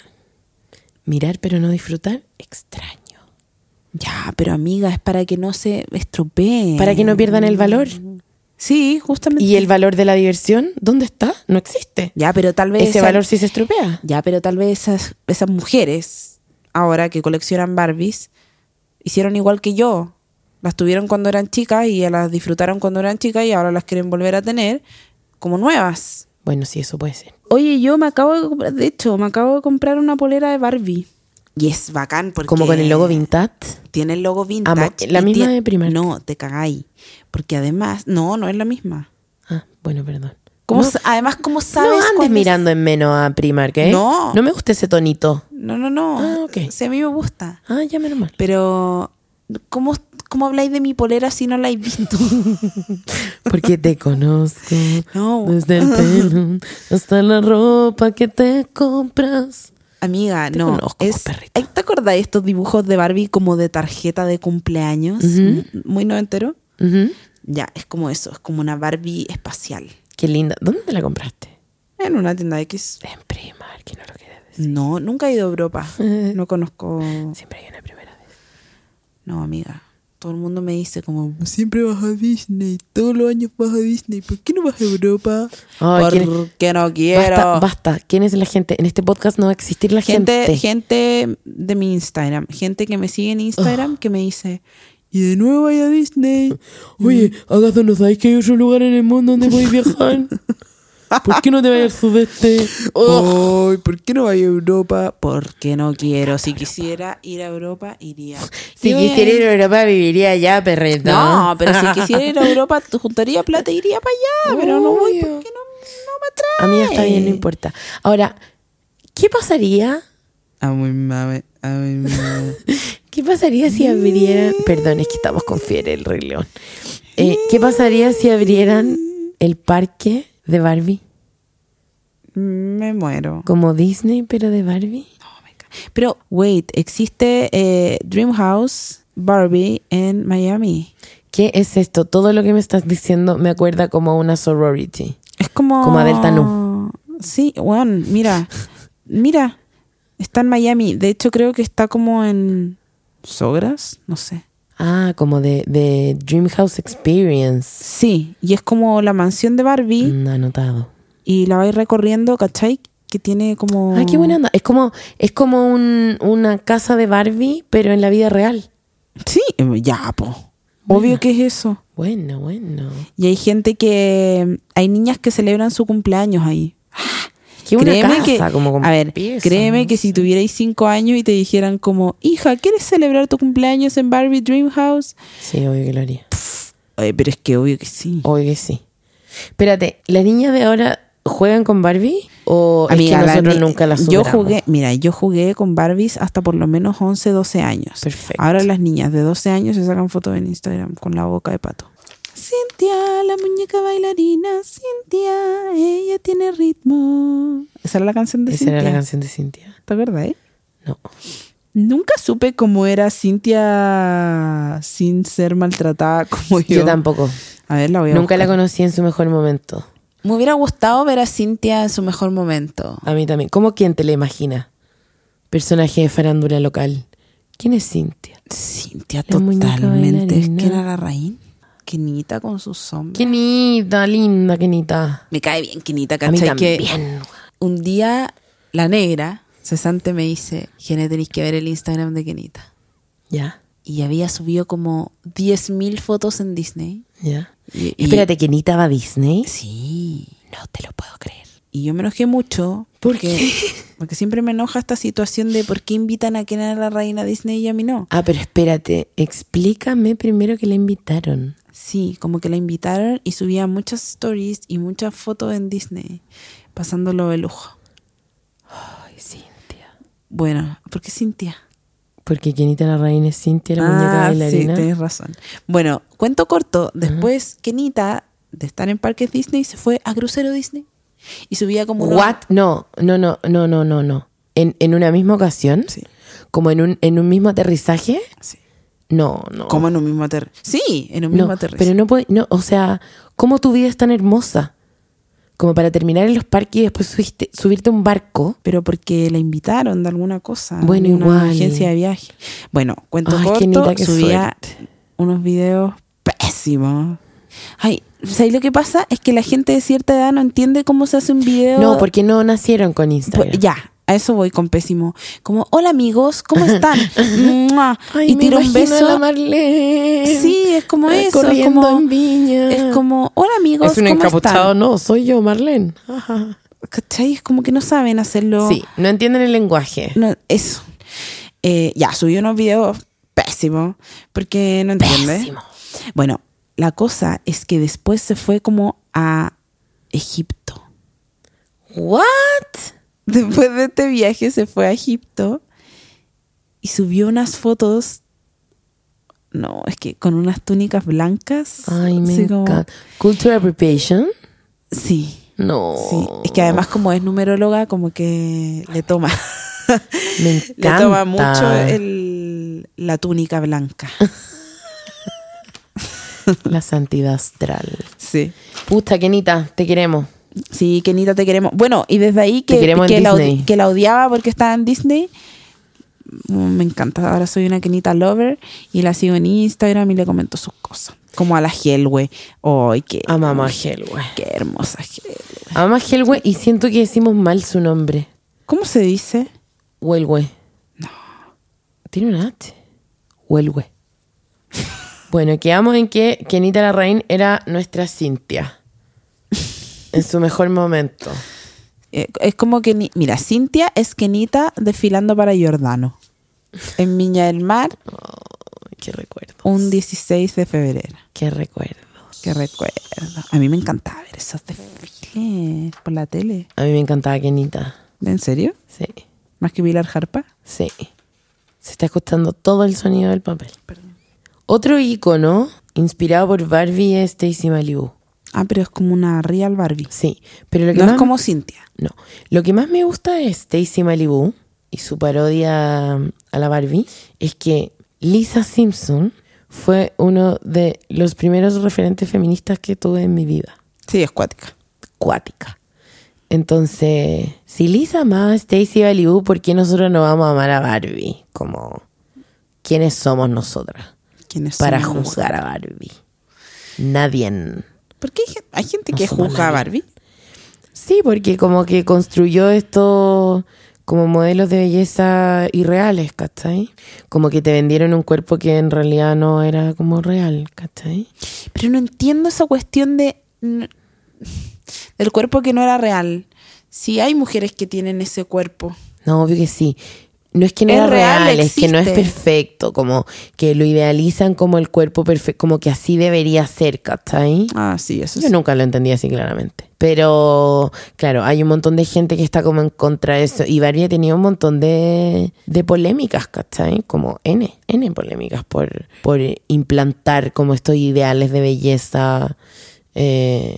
Mirar pero no disfrutar, extraño. Ya, pero amiga, es para que no se estropeen. Para que no pierdan el valor. Sí, justamente. ¿Y el valor de la diversión? ¿Dónde está? No existe. Ya, pero tal vez. Ese esa- valor sí se estropea. Ya, pero tal vez esas, esas mujeres ahora que coleccionan Barbies, hicieron igual que yo. Las tuvieron cuando eran chicas y las disfrutaron cuando eran chicas y ahora las quieren volver a tener como nuevas. Bueno, sí, eso puede ser. Oye, yo me acabo de comprar, de hecho, me acabo de comprar una polera de Barbie. Y es bacán porque... Como con el logo vintage. Tiene el logo vintage. Amo. ¿La y misma tie- de Primark? No, te cagáis. Porque además, no, no es la misma. Ah, bueno, perdón. ¿Cómo no, sa- además, ¿cómo no sabes? andes cuándo es- mirando en menos a Primark, ¿eh? No. No me gusta ese tonito. No, no, no. Ah, ok. Si a mí me gusta. Ah, ya menos mal. Pero, ¿cómo, cómo habláis de mi polera si no la habéis visto? Porque te conozco. No. Desde el pelo hasta la ropa que te compras. Amiga, Te no. conozco, es, perrito. ¿Te acordáis estos dibujos de Barbie como de tarjeta de cumpleaños? M- Muy noventero. Ujú. Ya, es como eso. Es como una Barbie espacial. Qué linda. ¿Dónde te la compraste? En una tienda X. En Primark, que no lo quieres decir. No, nunca he ido a Europa. No conozco. Siempre hay una primera vez. No, amiga. Todo el mundo me dice como, siempre vas a Disney, todos los años vas a Disney, ¿por qué no vas a Europa? Ay, Porque ¿quién- no quiero. Basta, basta. ¿Quién es la gente? En este podcast no va a existir la gente. gente, gente de mi Instagram, gente que me sigue en Instagram Ah. que me dice, y de nuevo vaya a Disney. Oye, ¿acaso no sabéis que hay otro lugar en el mundo donde podéis viajar? ¿Por qué no te vayas al sudeste? Oh, ¿Por qué no vaya a Europa? Porque no quiero. Si quisiera ir a Europa, iría. Si Y voy a- quisiera ir a Europa, viviría allá, perrito. No, pero si quisiera ir a Europa, te juntaría plata e iría para allá. Pero no voy Obvio. porque no, no me atrae. A mí está bien, no importa. Ahora, ¿qué pasaría? A mi mame, a mi mame. ¿Qué pasaría si abrieran... Perdón, es que estamos con Fiera el Rey León. Eh, ¿Qué pasaría si abrieran el parque de Barbie? Me muero. Como Disney, pero de Barbie. Oh Pero, wait, existe eh, Dream House Barbie en Miami. ¿Qué es esto? Todo lo que me estás diciendo me acuerda como a una sorority. Es como. Como Adele Tanú. Sí, weón, mira. Mira. Está en Miami. De hecho, creo que está como en. Sogras, no sé. Ah, como de, de Dream House Experience. Sí, y es como la mansión de Barbie Mm, anotado. y la vais recorriendo, ¿cachai? Que tiene como. Ah, qué buena onda. Es como, es como un- una casa de Barbie, pero en la vida real. Sí, ya, po. Obvio que es eso. Bueno, bueno. Y hay gente que. Hay niñas que celebran su cumpleaños ahí. Qué buena créeme casa, que, como con a ver, piezas, créeme ¿no? que si tuvierais cinco años y te dijeran como, hija, ¿quieres celebrar tu cumpleaños en Barbie Dream House? Sí, obvio que lo haría. Ay, pero es que obvio que sí. Obvio que sí. Espérate, ¿las niñas de ahora juegan con Barbie? ¿O Amiga, es que la nosotros ni- nunca las Yo superamos? jugué, mira, yo jugué con Barbies hasta por lo menos 11, 12 años. Perfecto. Ahora las niñas de 12 años se sacan fotos en Instagram con la boca de pato. Cintia, la muñeca bailarina, Cintia, ella tiene ritmo. Esa era la canción de Esa Cintia. era la canción de Cintia. ¿Te acuerdas, eh? No. Nunca supe cómo era Cintia sin ser maltratada como yo. Yo tampoco. A ver, la voy a Nunca la buscar. conocí en su mejor momento. Me hubiera gustado ver a Cintia en su mejor momento. A mí también. ¿Cómo quién te la imagina? Personaje de farándula local. ¿Quién es Cintia? Cintia La muñeca totalmente es bailarina. que era la raíz. Quinita con sus sombras. Quinita, linda Quinita. Me cae bien Quinita, A mí ¿cachai? Que también. un día la negra, cesante, me dice, Gene, tenéis que ver el Instagram de Quinita. Ya, Y había subido como 10.000 fotos en Disney. ya. Y- y- Espérate, ¿Quinita va a Disney? Sí. No te lo puedo creer. Y yo me enojé mucho. porque, Porque siempre me enoja esta situación de por qué invitan a quien era la reina Disney y a mí no. Ah, pero espérate. Explícame primero que la invitaron. Sí, como que la invitaron y subía muchas stories y muchas fotos en Disney, pasándolo de lujo. Ay, Cintia. Bueno, ¿por qué Cintia? Porque Quinita la reina es Cintia, la muñeca ah, sí, bailarina. tienes razón. Bueno, cuento corto. Después, Kenita, de estar en parques Disney, se fue a crucero Disney y subía como unos- What? No, no, no, no, no, no, no. En, en una misma ocasión, Sí. como en un, en un mismo aterrizaje, Sí. no, no. Como en un mismo aterrizaje. Sí, en un mismo No, aterrizaje. pero no puede, no, o sea, ¿cómo tu vida es tan hermosa? Como para terminar en los parques y después subiste- subirte a un barco. pero porque la invitaron de alguna cosa. Bueno, de una igual. agencia de viaje. Bueno, cuento Ay, corto, Kenita, qué subía suerte. unos videos pésimos. Ay, ¿sabes lo que pasa? Es que la gente de cierta edad no entiende cómo se hace un video. No, porque no nacieron con Instagram. Pues, ya, A eso voy con pésimo. Como, hola amigos, ¿cómo están? Mua. Ay, y me tiro un imagino a beso. la Marlene. Sí, es como Ah, eso. Es corriendo como, en viña. es como, hola amigos. Es un ¿cómo están?". encapuchado, no, soy yo, Marlene. Ajá. ¿Cachai? Es como que no saben hacerlo. Sí, no entienden el lenguaje. No, eso. Eh, ya, subí unos videos pésimos. Porque no entiende. Pésimo. Bueno, la cosa es que después se fue como a Egipto. ¿What? Después de este viaje se fue a Egipto y subió unas fotos. No, es que con unas túnicas blancas. Ay, me así como- encanta. Cultural appropriation. Sí, No. sí. Es que además, como es numeróloga, como que le toma. Me le encanta. toma mucho el- la túnica blanca. La santidad astral. Sí. Puta, Kenita, te queremos. Sí, Kenita, te queremos. Bueno, y desde ahí Te que, queremos en que la, Disney. odi- que la odiaba porque estaba en Disney. Mm, Me encanta. Ahora soy una Kenita lover y la sigo en Instagram y le comento sus cosas. Como a la Helwe. Ay, qué, Amamos a Helwe. qué hermosa Helwe. Amamos a Helwe y siento que decimos mal su nombre. ¿Cómo se dice? Huelwe. No. Tiene un H. Huelwe. bueno, quedamos en que Kenita Larraín era nuestra Cintia. En su mejor momento. Eh, es como que. ni- Mira, Cintia es Kenita desfilando para Giordano. En Miña del Mar, Ay, Qué recuerdo. un 16 de febrero. Qué recuerdo. Que recuerdo. A mí me encantaba ver esos desfiles por la tele. A mí me encantaba Kenita. ¿En serio? Sí, Más que Pilar Harpa. sí. Se está escuchando todo el sonido del papel. Otro icono inspirado por Barbie es Stacy Malibu. Ah, pero es como una real Barbie. Sí, pero lo que No más es como Cintia. No. Lo que más me gusta de Stacy Malibu y su parodia mm, a la Barbie es que Lisa Simpson fue uno de los primeros referentes feministas que tuve en mi vida. Sí, es cuática. Cuática. Entonces, si Lisa amaba a Stacy Malibu, ¿por qué nosotros no vamos a amar a Barbie? Como, ¿quiénes somos nosotras ¿Quiénes para somos nosotros? juzgar a Barbie? Nadie. ¿Por qué hay gen- hay gente que No somos juzga a Barbie? Sí, porque como que construyó esto como modelos de belleza irreales, ¿cachai? Como que te vendieron un cuerpo que en realidad no era como real, ¿cachai? Pero no entiendo esa cuestión de n- del cuerpo que no era real. Si hay mujeres que tienen ese cuerpo. No, obvio que sí. No es que no Es era real, real, es que no es existe. perfecto, como que lo idealizan como el cuerpo perfecto, como que así debería ser, ¿cachai? Ah, sí, eso Yo nunca lo entendí así claramente. Pero, claro, hay un montón de gente que está como en contra de eso. Y Barbie ha tenido un montón de, de polémicas, ¿cachai? Como N, N polémicas por, por implantar como estos ideales de belleza eh,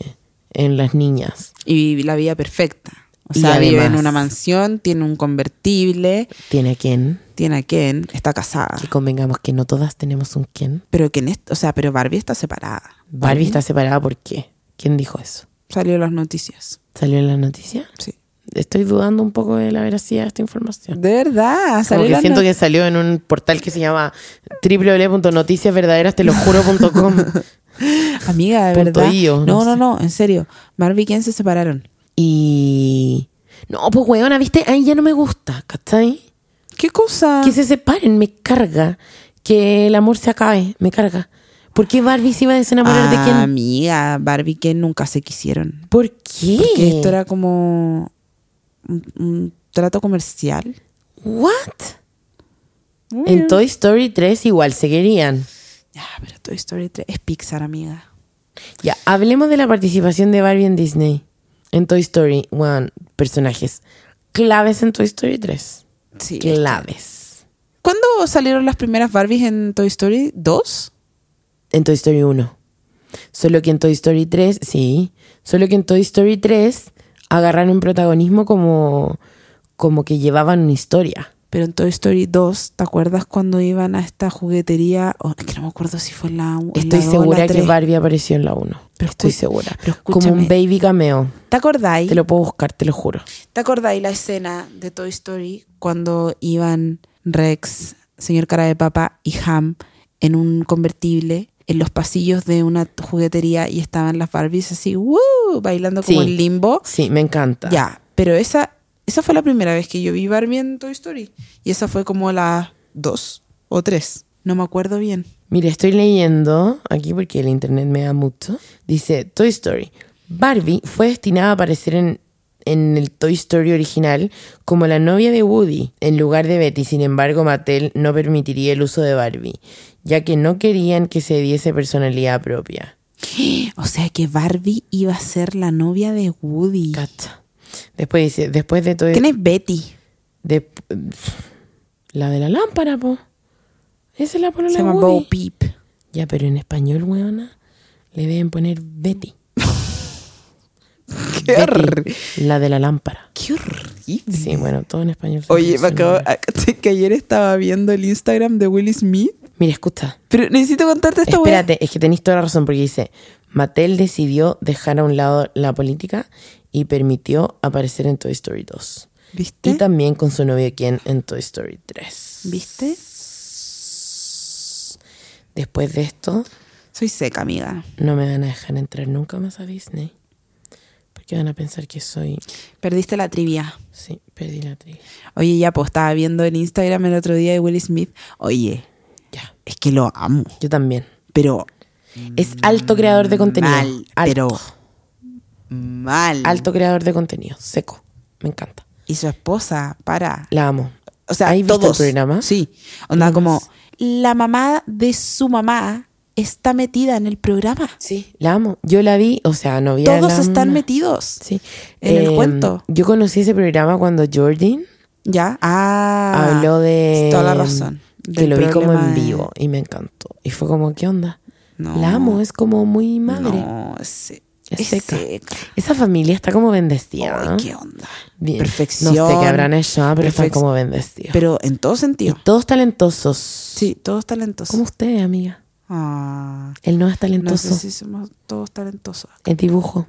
en las niñas. Y la vida perfecta. O Y sea, vive en además- una mansión, tiene un convertible, Tiene a Ken, tiene a Ken, está casada. que convengamos que no todas tenemos un Ken. Pero Ken, es- o sea, pero Barbie está separada. Barbie está separada, ¿por qué? ¿Quién dijo eso? Salió en las noticias. ¿Salió en la noticia? Sí. Estoy dudando un poco de la veracidad de esta información. De verdad, Como salió en que las siento no- que salió en un portal que se llama www.noticiasverdaderasteloJuro.com Amiga, de Punto verdad. io, no, no no, sé. no, en serio. Barbie y Ken se separaron. Y... No, pues weona, viste, ahí ya no me gusta, ¿cachai? ¿Qué cosa? Que se separen, me carga. Que el amor se acabe, me carga. ¿Por qué Barbie se iba a desenamorar Ah, de quién? Amiga, Barbie y Ken nunca se quisieron. ¿Por qué? Que esto era como un, un trato comercial. ¿What? En Toy Story 3 igual se querían. Ya, pero Toy Story 3 es Pixar, amiga. Ya, hablemos de la participación de Barbie en Disney. En Toy Story, weón, personajes claves en Toy Story 3. Sí. claves. ¿Cuándo salieron las primeras Barbies en Toy Story 2? En Toy Story 1. Solo que en Toy Story 3, sí. Solo que en Toy Story 3 agarraron protagonismo como, como que llevaban una historia. Pero en Toy Story 2, ¿te acuerdas cuando iban a esta juguetería? Oh, es que no me acuerdo si fue en la en la Estoy dos o la segura que tres. Barbie apareció en la 1. Pero Estoy escu- segura. pero como un escúchame. baby cameo. ¿Te acordáis? Te lo puedo buscar, te lo juro. ¿Te acordáis la escena de Toy Story cuando iban Rex, señor cara de papa y Ham en un convertible en los pasillos de una juguetería y estaban las Barbies así, ¡woo! bailando como Sí. en limbo? Sí, me encanta. Ya, pero esa Esa fue la primera vez que yo vi Barbie en Toy Story. Y esa fue como la dos o tres. No me acuerdo bien. Mira, estoy leyendo aquí porque el internet me da mucho. Dice Toy Story. Barbie fue destinada a aparecer en, en el Toy Story original como la novia de Woody en lugar de Betty. Sin embargo, Mattel no permitiría el uso de Barbie, ya que no querían que se diese personalidad propia. O sea que Barbie iba a ser la novia de Woody. Cacha. Después dice, después de Toy ¿Quién es Betty? de- la de la lámpara, po. Esa es la polola Se de llama Woody. Bo Peep. Ya, pero en español, weona, le deben poner Betty. Betty, la de la lámpara. ¡Qué horrible! Sí, bueno, todo en español. Oye, me acabo, ah, Suena- que ayer estaba viendo el Instagram de Will Smith. Mira, escucha. Pero necesito contarte esta weá. Espérate, es que tenéis toda la razón porque dice, Mattel decidió dejar a un lado la política y permitió aparecer en Toy Story 2. ¿Viste? Y también con su novio quien en Toy Story 3. ¿Viste? Después de esto, Soy seca, amiga. no me van a dejar entrar nunca más a Disney. Porque van a pensar que soy... Perdiste la trivia. Sí, perdí la trivia. Oye, ya, pues estaba viendo el Instagram el otro día de Will Smith. Oye, Ya, es que lo amo, yo también. pero Es alto creador de contenido. mal, alto, pero mal. alto creador de contenido, seco. Me encanta. Y su esposa, para. La amo. O sea, ¿Hay todos. visto el programa? Sí. Onda Todos. como, la mamá de su mamá está metida en el programa. Sí, la amo. Yo la vi, o sea, no vi a Todos la- están metidos. Sí. Em, en el cuento. Yo conocí ese programa cuando Jordan ¿Ya? Ah. habló de. Toda la razón. Que del lo vi como problema en de- vivo y me encantó. Y fue como, ¿qué onda? No. La amo, es como muy madre. No, es, Es es seca. seca. Esa familia está como bendecida. Ay, ¿no? qué onda. Bien. Perfección. No sé qué habrán hecho, ¿ah? pero están Perfec- como bendecidos. Pero en todo y sentido. todos talentosos. Sí, todos talentosos. Como usted, amiga. Ah, Él no es no talentoso sé si somos todos talentosos. en dibujo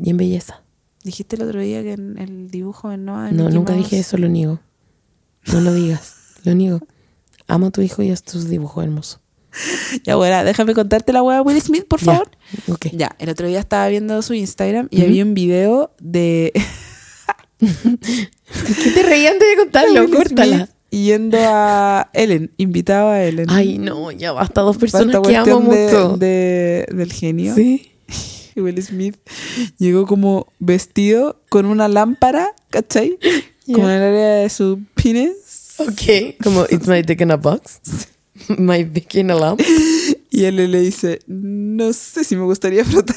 y en belleza. Dijiste el otro día que en el dibujo de Noah. de No, Mickey nunca Mouse- dije eso, lo niego. No lo digas, lo niego. Amo a tu hijo y a tus dibujos hermosos. Ya, bueno, déjame contarte la hueá de Will Smith, por Ya, favor. ok. Ya, el otro día estaba viendo su Instagram y había un video de ¿Qué te reí antes de contarlo? Will Smith yendo a Ellen, invitado a Ellen. Ay, no, ya basta dos Para personas esta que amo cuestión de- mucho. de- del genio. Sí. Y Will Smith llegó como vestido con una lámpara, ¿cachai? Como en el área de su pines. Ok. Como, it's my dick in a box. My dick in a lamp. Y él le dice, no sé si me gustaría frotar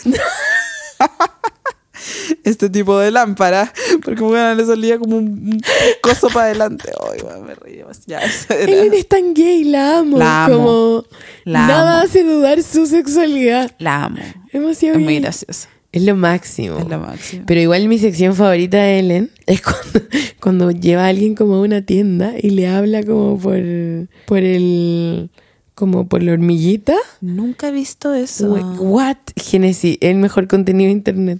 este tipo de lámpara. Porque bueno, le salía como un, un coso para adelante. Ay, weón, me reí demasiado. Ya, eso era. Ellen es tan gay, la amo. La amo. Como, La nada amo. hace dudar su sexualidad. La amo. Demasiado Es muy gay. graciosa. Es lo máximo. Es lo máximo. Pero igual mi sección favorita de Ellen es cuando, cuando lleva a alguien como a una tienda y le habla como por, por el... como por la hormiguita. Nunca he visto eso. We- What? Genesis, el mejor contenido de internet.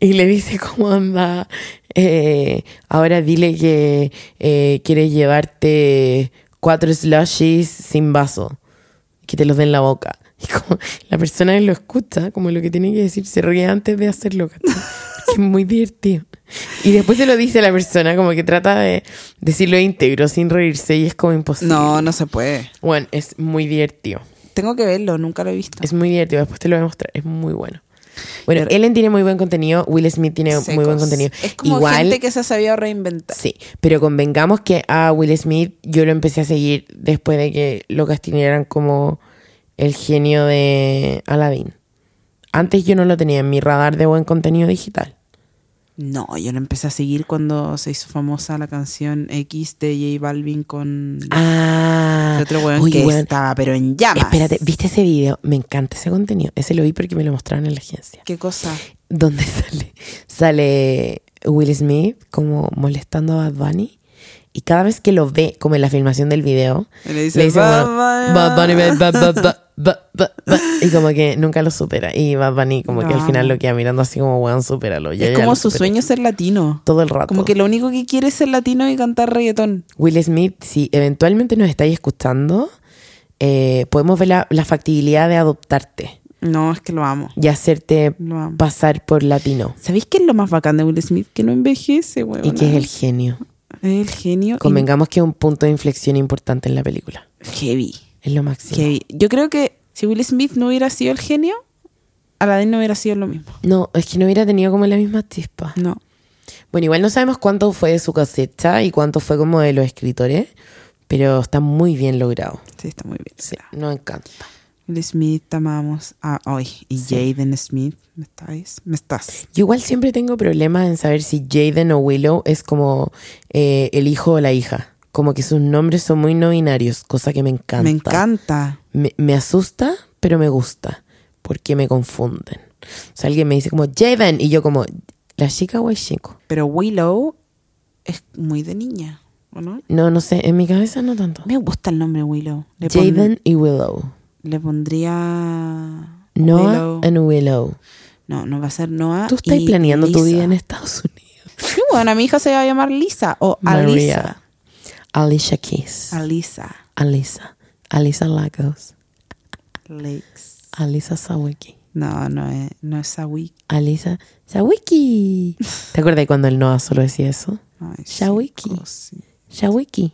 Y le dice cómo anda. eh, ahora dile que eh, quieres llevarte cuatro slushies sin vaso. Que te los den en la boca. Y como la persona que lo escucha, como lo que tiene que decir, se ríe antes de hacerlo. ¿cachai? Que es muy divertido. Y después se lo dice a la persona, como que trata de decirlo íntegro, sin reírse, y es como imposible. No, no se puede. Bueno, es muy divertido. Tengo que verlo, nunca lo he visto. Es muy divertido, después te lo voy a mostrar, es muy bueno. Bueno, Pero- Ellen tiene muy buen contenido, Will Smith tiene muy buen secos. contenido. Es como Igual, gente que se ha sabido reinventar. Sí, pero convengamos que a Will Smith yo lo empecé a seguir después de que lo castigaran como el genio de Aladdin. Antes yo no lo tenía en mi radar de buen contenido digital. No, yo lo empecé a seguir cuando se hizo famosa la canción X de J Balvin con Ah, el otro weón oye, que weón, estaba, pero en llamas. espérate, ¿viste ese video? Me encanta ese contenido. Ese lo vi porque me lo mostraron en la agencia. ¿Qué cosa? donde sale, sale Will Smith como molestando a Bad Bunny. Y cada vez que lo ve, como en la filmación del video, Y le dice, como, "Bad Bunny". Bad Bunny, Bad, Bad, Bad, Bad, Bad, Bad, Bad", y como que nunca lo supera. Y Bad Bunny como que Lo al final amo. lo queda mirando así como, weón, supéralo. Ya, es ya como lo su superé". sueño ser latino. Todo el rato. Como que lo único que quiere es ser latino y cantar reggaetón. Will Smith, si eventualmente nos estáis escuchando, eh, podemos ver la, la factibilidad de adoptarte. No, es que lo amo. y hacerte Lo amo. pasar por latino. ¿Sabéis qué es lo más bacán de Will Smith? Que no envejece, weón. Y que es el genio. el genio. y Convengamos que es un punto de inflexión importante en la película. Heavy. Es lo máximo. heavy. Yo creo que si Will Smith no hubiera sido el genio, Aladdin no hubiera sido lo mismo. No, es que no hubiera tenido como la misma chispa. No. Bueno, igual no sabemos cuánto fue de su cosecha y cuánto fue como de los escritores, pero está muy bien logrado. Sí, está muy bien. Sí, nos encanta. Will Smith, te amamos. Ah, hoy. Y Sí. Jaden Smith, ¿me estáis? ¿Me estás? Yo igual siempre tengo problemas en saber si Jaden o Willow es como eh, el hijo o la hija. Como que sus nombres son muy no binarios, cosa que me encanta. Me encanta. Me, me asusta, pero me gusta, porque me confunden. O sea, alguien me dice como Jaden y yo como la chica o el chico. Pero Willow es muy de niña, ¿o no? No, no sé, en mi cabeza no tanto. Me gusta el nombre Willow. Le, pon- Jaden y Willow. le pondría. Noah Willow. and Willow. No, no va a ser Noah. Tú estás y planeando tu Lisa. vida en Estados Unidos. Sí, bueno, mi hija se va a llamar Lisa o María. Alicia Keys. Alisa. Alisa. Alisa. Alisa Lagos. Lakes. Alisa Sawicki. No, no es, no es Sawik. Alisa Sawicki. ¿Te acuerdas cuando el Noah solo decía eso? No, es Shawiki. Cosi- Sawicki.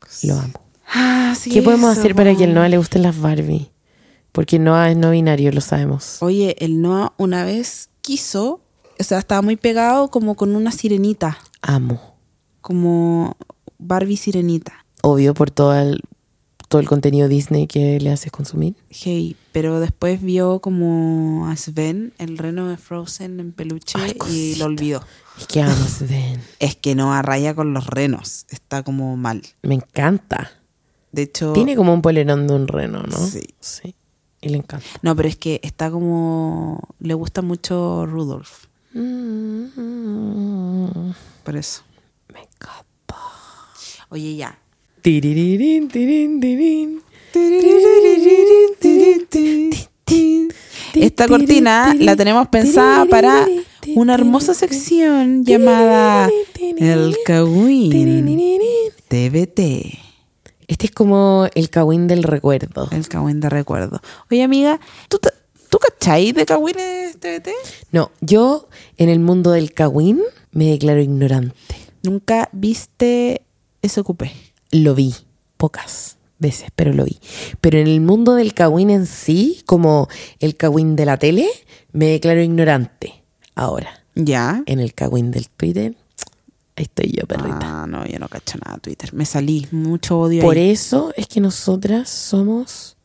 cosi- Lo amo. Ah, sí, ¿Qué podemos eso, hacer para que el po. Noah le gusten las Barbie? Porque Noah es no binario, lo sabemos. Oye, el Noah una vez quiso, o sea, estaba muy pegado como con una sirenita, Amo. como Barbie sirenita, Obvio por todo el, todo el contenido Disney que le haces consumir. hey, pero después vio como a Sven, el reno de Frozen en peluche Ay, y cosita. lo olvidó. Es que amo, Sven. Es que Noah raya con los renos, está como mal. Me encanta. De hecho, Tiene como un polerón de un reno, ¿no? Sí. Sí. Y le encanta. no, pero es que está como le gusta mucho Rudolph, Me por eso. encanta. Oye, ya. Tiririrín, tirín, tirín. Esta cortina la tenemos pensada para una hermosa sección llamada El Cagüín TBT. Este es como el cagüín del recuerdo. El Cagüín de recuerdo. Oye, amiga, ¿tú, te- tú cachai de Cagüines TBT? No, yo en el mundo del cagüín me declaro ignorante. Nunca viste ese cupé. lo vi pocas veces, pero lo vi. Pero en el mundo del cagüín en sí, como el cagüín de la tele, me declaro ignorante. Ahora, ¿Ya? en el cagüín del Twitter, ahí estoy yo, perrita. Ah, no, yo no cacho nada de Twitter. Me salí, mucho odio Por ahí. eso es que nosotras somos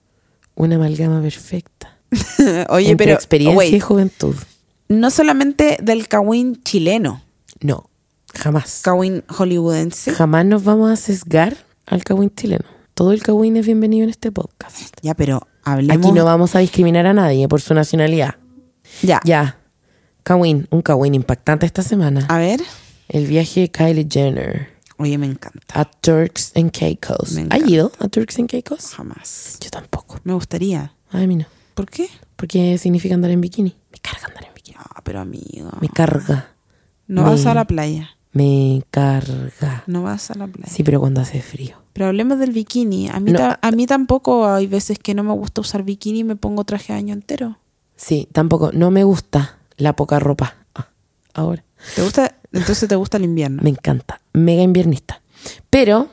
una amalgama perfecta. Oye, entre pero experiencia wait, y juventud. no solamente del Cagüín chileno, No, jamás. Cagüín hollywoodense. Jamás nos vamos a sesgar al cagüín chileno. Todo el cagüín es bienvenido en este podcast. Ya, pero hablemos. Aquí no vamos a discriminar a nadie por su nacionalidad. Ya. Ya. Kawin, un Kawin impactante esta semana. A ver. El viaje de Kylie Jenner Oye, me encanta. a Turks and Caicos. Me ¿Has encanta. ido a Turks and Caicos? Jamás. Yo tampoco. Me gustaría. Ay, a mí no. ¿Por qué? Porque significa andar en bikini. Me carga andar en bikini. No, pero amigo. Me carga. No me- vas a la playa. Me carga. No vas a la playa. Sí, pero cuando hace frío. Pero hablemos del bikini. A mí, No. ta- a mí tampoco hay veces que no me gusta usar bikini y me pongo traje de año entero. Sí, tampoco. No me gusta la poca ropa. Ah, ahora. ¿Te gusta? Entonces te gusta el invierno. Me encanta. Mega inviernista. Pero,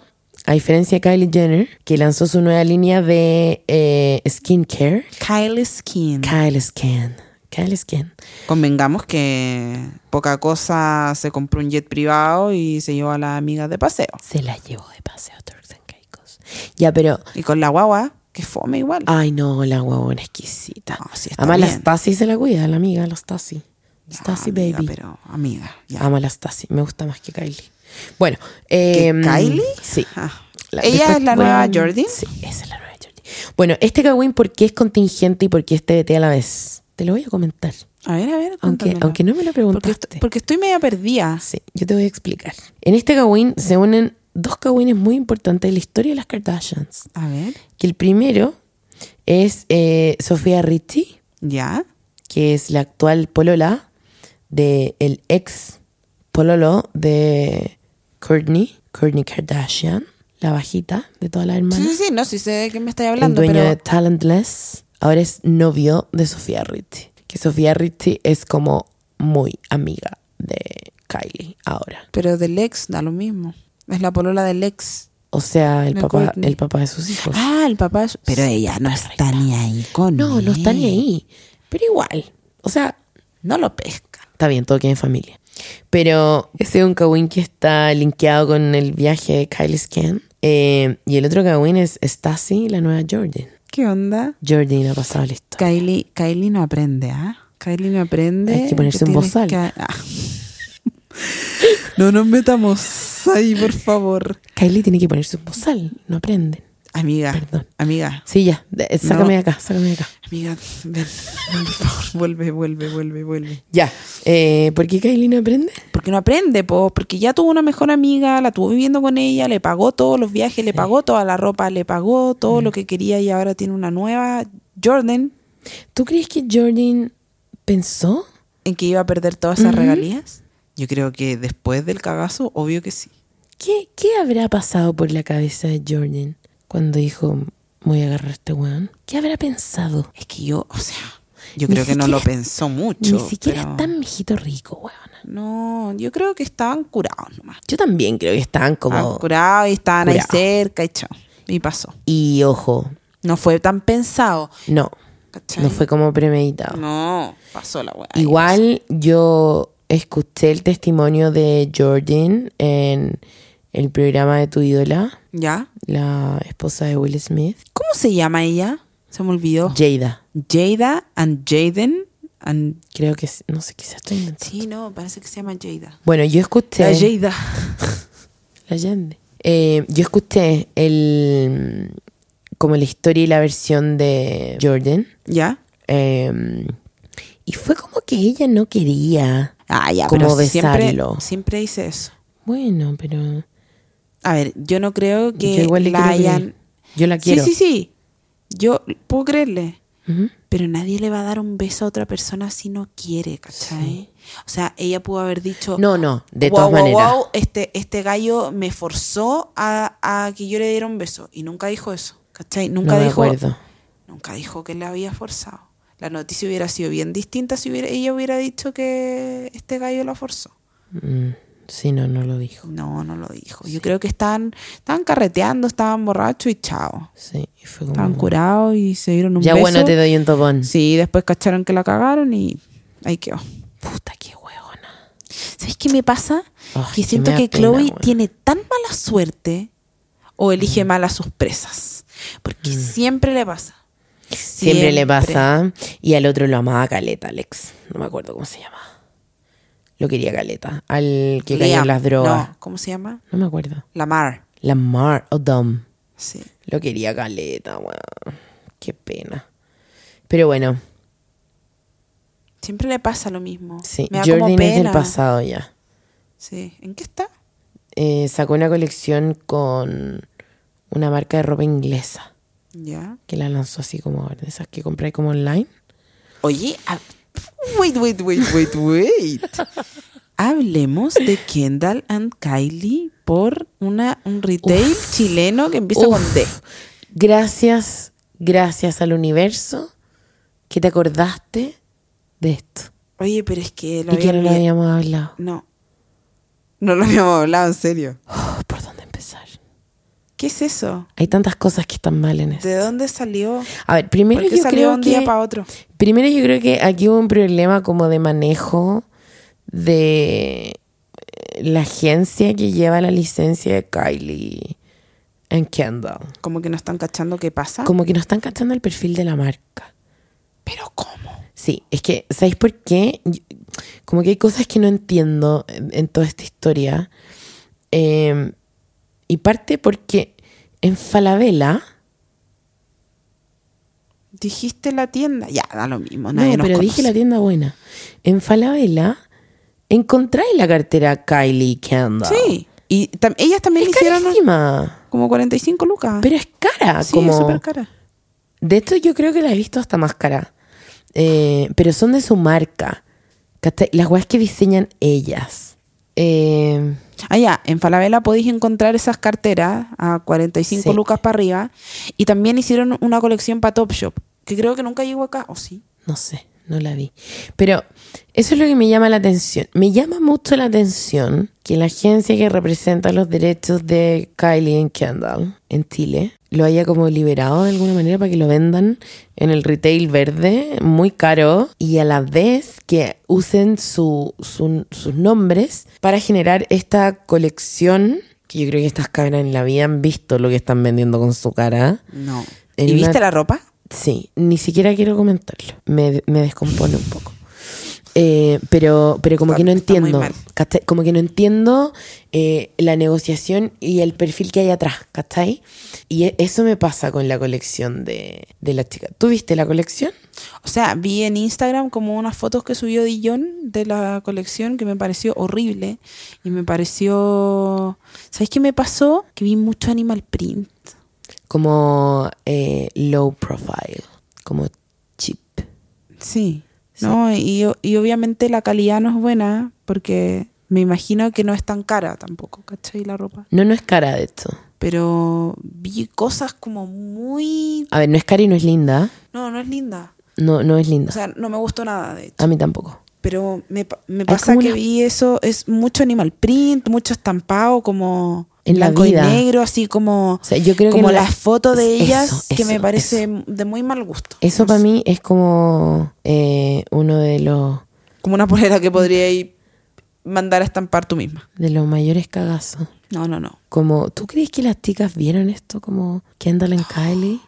a diferencia de Kylie Jenner, que lanzó su nueva línea de eh, skincare, Kylie Skin. Kyle Scan. Kyle Scan. Convengamos que poca cosa se compró un jet privado y se llevó a la amiga de paseo. Se la llevó de paseo a Turks and Caicos. Ya, pero. Y con la guagua, que fome igual. Ay, no, la guagona exquisita. No, Ah, sí está Además, la bien. Stasi se la cuida, la amiga, la Stasi. Ya, Stasi, amiga, baby. Ah, Pero, amiga, ya. Amo a la Stasi. Me gusta más que Kylie. Bueno. ¿Que em, Kylie? Sí. Ah. La- ¿Ella después es la voy a- nueva Jordi? Sí, esa es la nueva Jordi. Bueno, este Kawin, ¿por qué es contingente y por qué es TBT a la vez? Te lo voy a comentar. A ver, a ver. Aunque, cuéntamelo. aunque no me lo porque, preguntaste. est- porque estoy media perdida. Sí, yo te voy a explicar. En este Kawin se unen dos Kawines muy importantes de la historia de las Kardashians. A ver, Que el primero es eh, Sofía Richie, ya. que es la actual polola de el ex pololo de Courtney, Courtney Kardashian, la bajita de todas las Sí, hermanas. sí, sí, no, sí sé de qué me estáis el hablando, dueño pero de Talentless. ahora es novio de Sofía Ritchie. Que Sofía Ritchie es como muy amiga de Kylie ahora. Pero del ex da lo mismo. Es la polola del ex. O sea, el, De papá, Courtney. el papá de sus hijos. Ah, el papá. es- Pero ella no está ni ahí con no, no está él. ni ahí. Pero igual. O sea, No lo pesca. Está bien, todo queda en familia. Pero ese es un Kawin que está linkeado con el viaje de Kylie Scan. Eh, y el otro Kawin es Stacy, la nueva Jordan. ¿Qué onda? Jordan ha pasado la historia. Kylie, Kylie no aprende, ¿ah? Kylie no aprende. Hay que ponerse Tú un tienes bozal. que- ah. No nos metamos ahí, por favor. Kylie tiene que ponerse un bozal, no aprenden. Amiga, Perdón. amiga, Sí, ya, de- eh, sácame No. de acá, sácame de acá. amiga, ven, ven, por favor, vuelve, vuelve, vuelve, vuelve. Ya, eh, ¿por qué Kylie no aprende? Porque no aprende, po, porque ya tuvo una mejor amiga, la tuvo viviendo con ella, le pagó todos los viajes, le pagó toda la ropa, le pagó Mm. todo lo que quería y ahora tiene una nueva Jordan ¿Tú crees que Jordan pensó? en que iba a perder todas Mm. esas regalías. Yo creo que después del cagazo, obvio que sí. ¿Qué, ¿Qué habrá pasado por la cabeza de Jordan cuando dijo, voy a agarrar a este weón? ¿Qué habrá pensado? Es que yo, o sea, yo Ni creo que no siquiera- lo pensó mucho. Ni siquiera pero- es tan mijito rico, weón. No, yo creo que estaban curados nomás. Yo también creo que estaban Estaban como... curados y estaban curado. ahí cerca y chao. Y pasó. Y ojo, No fue tan pensado. no, ¿Cachai? no fue como premeditado. No, pasó la weá. Igual yo escuché el testimonio de Jordan en el programa de tu ídola, ¿Ya? la esposa de Will Smith, ¿Cómo se llama ella? Se me olvidó. Jada. Jada and Jaden. And... Creo que, es- no sé, quizás estoy inventando. Sí, no, parece que se llama Jada. Bueno, yo escuché... La Jada. La Allende. Eh, yo escuché el como la historia y la versión de Jordan. ¿Ya? eh, y fue como que ella no quería. Ah, ya, Como pero siempre, besarlo. siempre dice eso. Bueno, pero A ver, yo no creo que yo igual le la quiero creer. hayan... Yo la Sí, quiero. sí, sí. Yo puedo creerle. Ujú. Pero nadie le va a dar un beso a otra persona si no quiere, ¿cachai? O sea, ella pudo haber dicho... No, no, de "Wow, todas wow, maneras. wow, este, este gallo me forzó a, a que yo le diera un beso. Y nunca dijo eso, ¿cachai? Nunca no me dijo... acuerdo. Nunca dijo que la había forzado. La noticia hubiera sido bien distinta si hubiera, ella hubiera dicho que este gallo la forzó. Mm, sí, no, no lo dijo. No, no lo dijo. Yo creo que estaban, estaban carreteando, estaban borrachos y chao. Sí, y fue Estaban como. curados y se dieron un Mm. Ya beso. bueno, te doy un topón. Sí, después cacharon que la cagaron y ahí quedó. Puta, qué huevona. ¿Sabes qué me pasa? Ay, que que siento me da que pena, Chloe weón. Mm. tiene tan mala suerte o elige mal a sus presas. Porque siempre le pasa. Siempre. le pasa. Y al otro lo amaba Caleta, Alex. No me acuerdo cómo se llamaba. Lo quería Caleta. Al que cayó Liam, en las drogas. no, ¿Cómo se llama? No me acuerdo. Lamar. Lamar Odom. Sí. Lo quería Caleta, weón. Qué pena. Pero bueno, Siempre le pasa lo mismo. sí. Me da como Jordan es del pena. pasado ya. Sí. ¿En qué está? Eh, sacó una colección con una marca de ropa inglesa. Ya. Que la lanzó así como de esas que compré como online. Oye, a- wait, wait, wait, wait, wait. Hablemos de Kendall and Kylie por una, un retail chileno que empieza con Uf. D. Gracias, gracias al universo que te acordaste de esto. Oye, pero es que lo y que no lo había- habíamos hablado. No. No lo habíamos hablado, en serio. Oh, ¿Por dónde empezar? ¿Qué es eso? Hay tantas cosas que están mal en esto. ¿De dónde salió? A ver, primero ¿Por qué Este. yo salió creo de un día que- para otro? Primero yo creo que aquí hubo un problema como de manejo de eh, la agencia que lleva la licencia de Kylie en Kendall. Como que no están cachando qué pasa. Como que no están cachando el perfil de la marca. ¿Pero cómo? Sí, es que, ¿sabéis por qué? Yo- Como que hay cosas que no entiendo en, en toda esta historia. Eh, y parte porque en Falabella, Dijiste la tienda. Ya, da lo mismo. Nadie no, nos pero dije conoce. la tienda buena, en Falabella encontráis la cartera Kylie Kendall. Sí. Y tam- ellas también Es hicieron carísima, como 45 lucas. pero es cara. sí, como... es súper cara. De hecho, yo creo que la he visto hasta más cara. Eh, pero son de su marca. ¿cachai? Las weas que diseñan ellas. Eh, Ah, ya, en Falabella podéis encontrar esas carteras a 45 Sí. lucas para arriba. Y también hicieron una colección para Topshop, Que creo que nunca llegó acá, ¿o sí? No sé, no la vi. Pero eso es lo que me llama la atención. Me llama mucho la atención que la agencia que representa los derechos de Kylie en Kendall en Chile lo haya como liberado de alguna manera para que lo vendan en el retail verde, muy caro, y a la vez que usen su- su- sus nombres para generar esta colección. Que yo creo que estas cabras en la vida han visto lo que están vendiendo con su cara. No. En ¿Y una- viste la ropa? Sí, ni siquiera quiero comentarlo. Me, me descompone un poco. Eh, pero, pero como Está- que no está muy entiendo. mal. ¿cachai? Como que no entiendo eh, la negociación y el perfil que hay atrás, ¿cachai? Y e- eso me pasa con la colección de, de la chica. ¿Tú viste la colección? O sea, vi en Instagram como unas fotos que subió Dillon de la colección que me pareció horrible. Y me pareció... ¿Sabes qué me pasó? Que vi mucho animal print. Como eh, low profile, como cheap. Sí. No, y, y obviamente la calidad no es buena porque me imagino que no es tan cara tampoco, ¿cachai? La ropa. No, no es cara de esto. Pero vi cosas como muy... A ver, no es cara y no es linda. No, no es linda. No, no es linda. O sea, no me gustó nada, de hecho. A mí tampoco. Pero me, pa- me pasa como que una- vi eso, es mucho animal print, mucho estampado, como En la blanco vida. y negro, así como, O sea, yo creo que como en la- las fotos de Eso, ellas, que eso, me parece de muy mal gusto. Eso para mí es como eh, uno de los, Como una polera que podríais mandar a estampar tú misma. de los mayores cagazos. No, no, no. Como, ¿tú crees que las chicas vieron esto como Kendall en Kylie?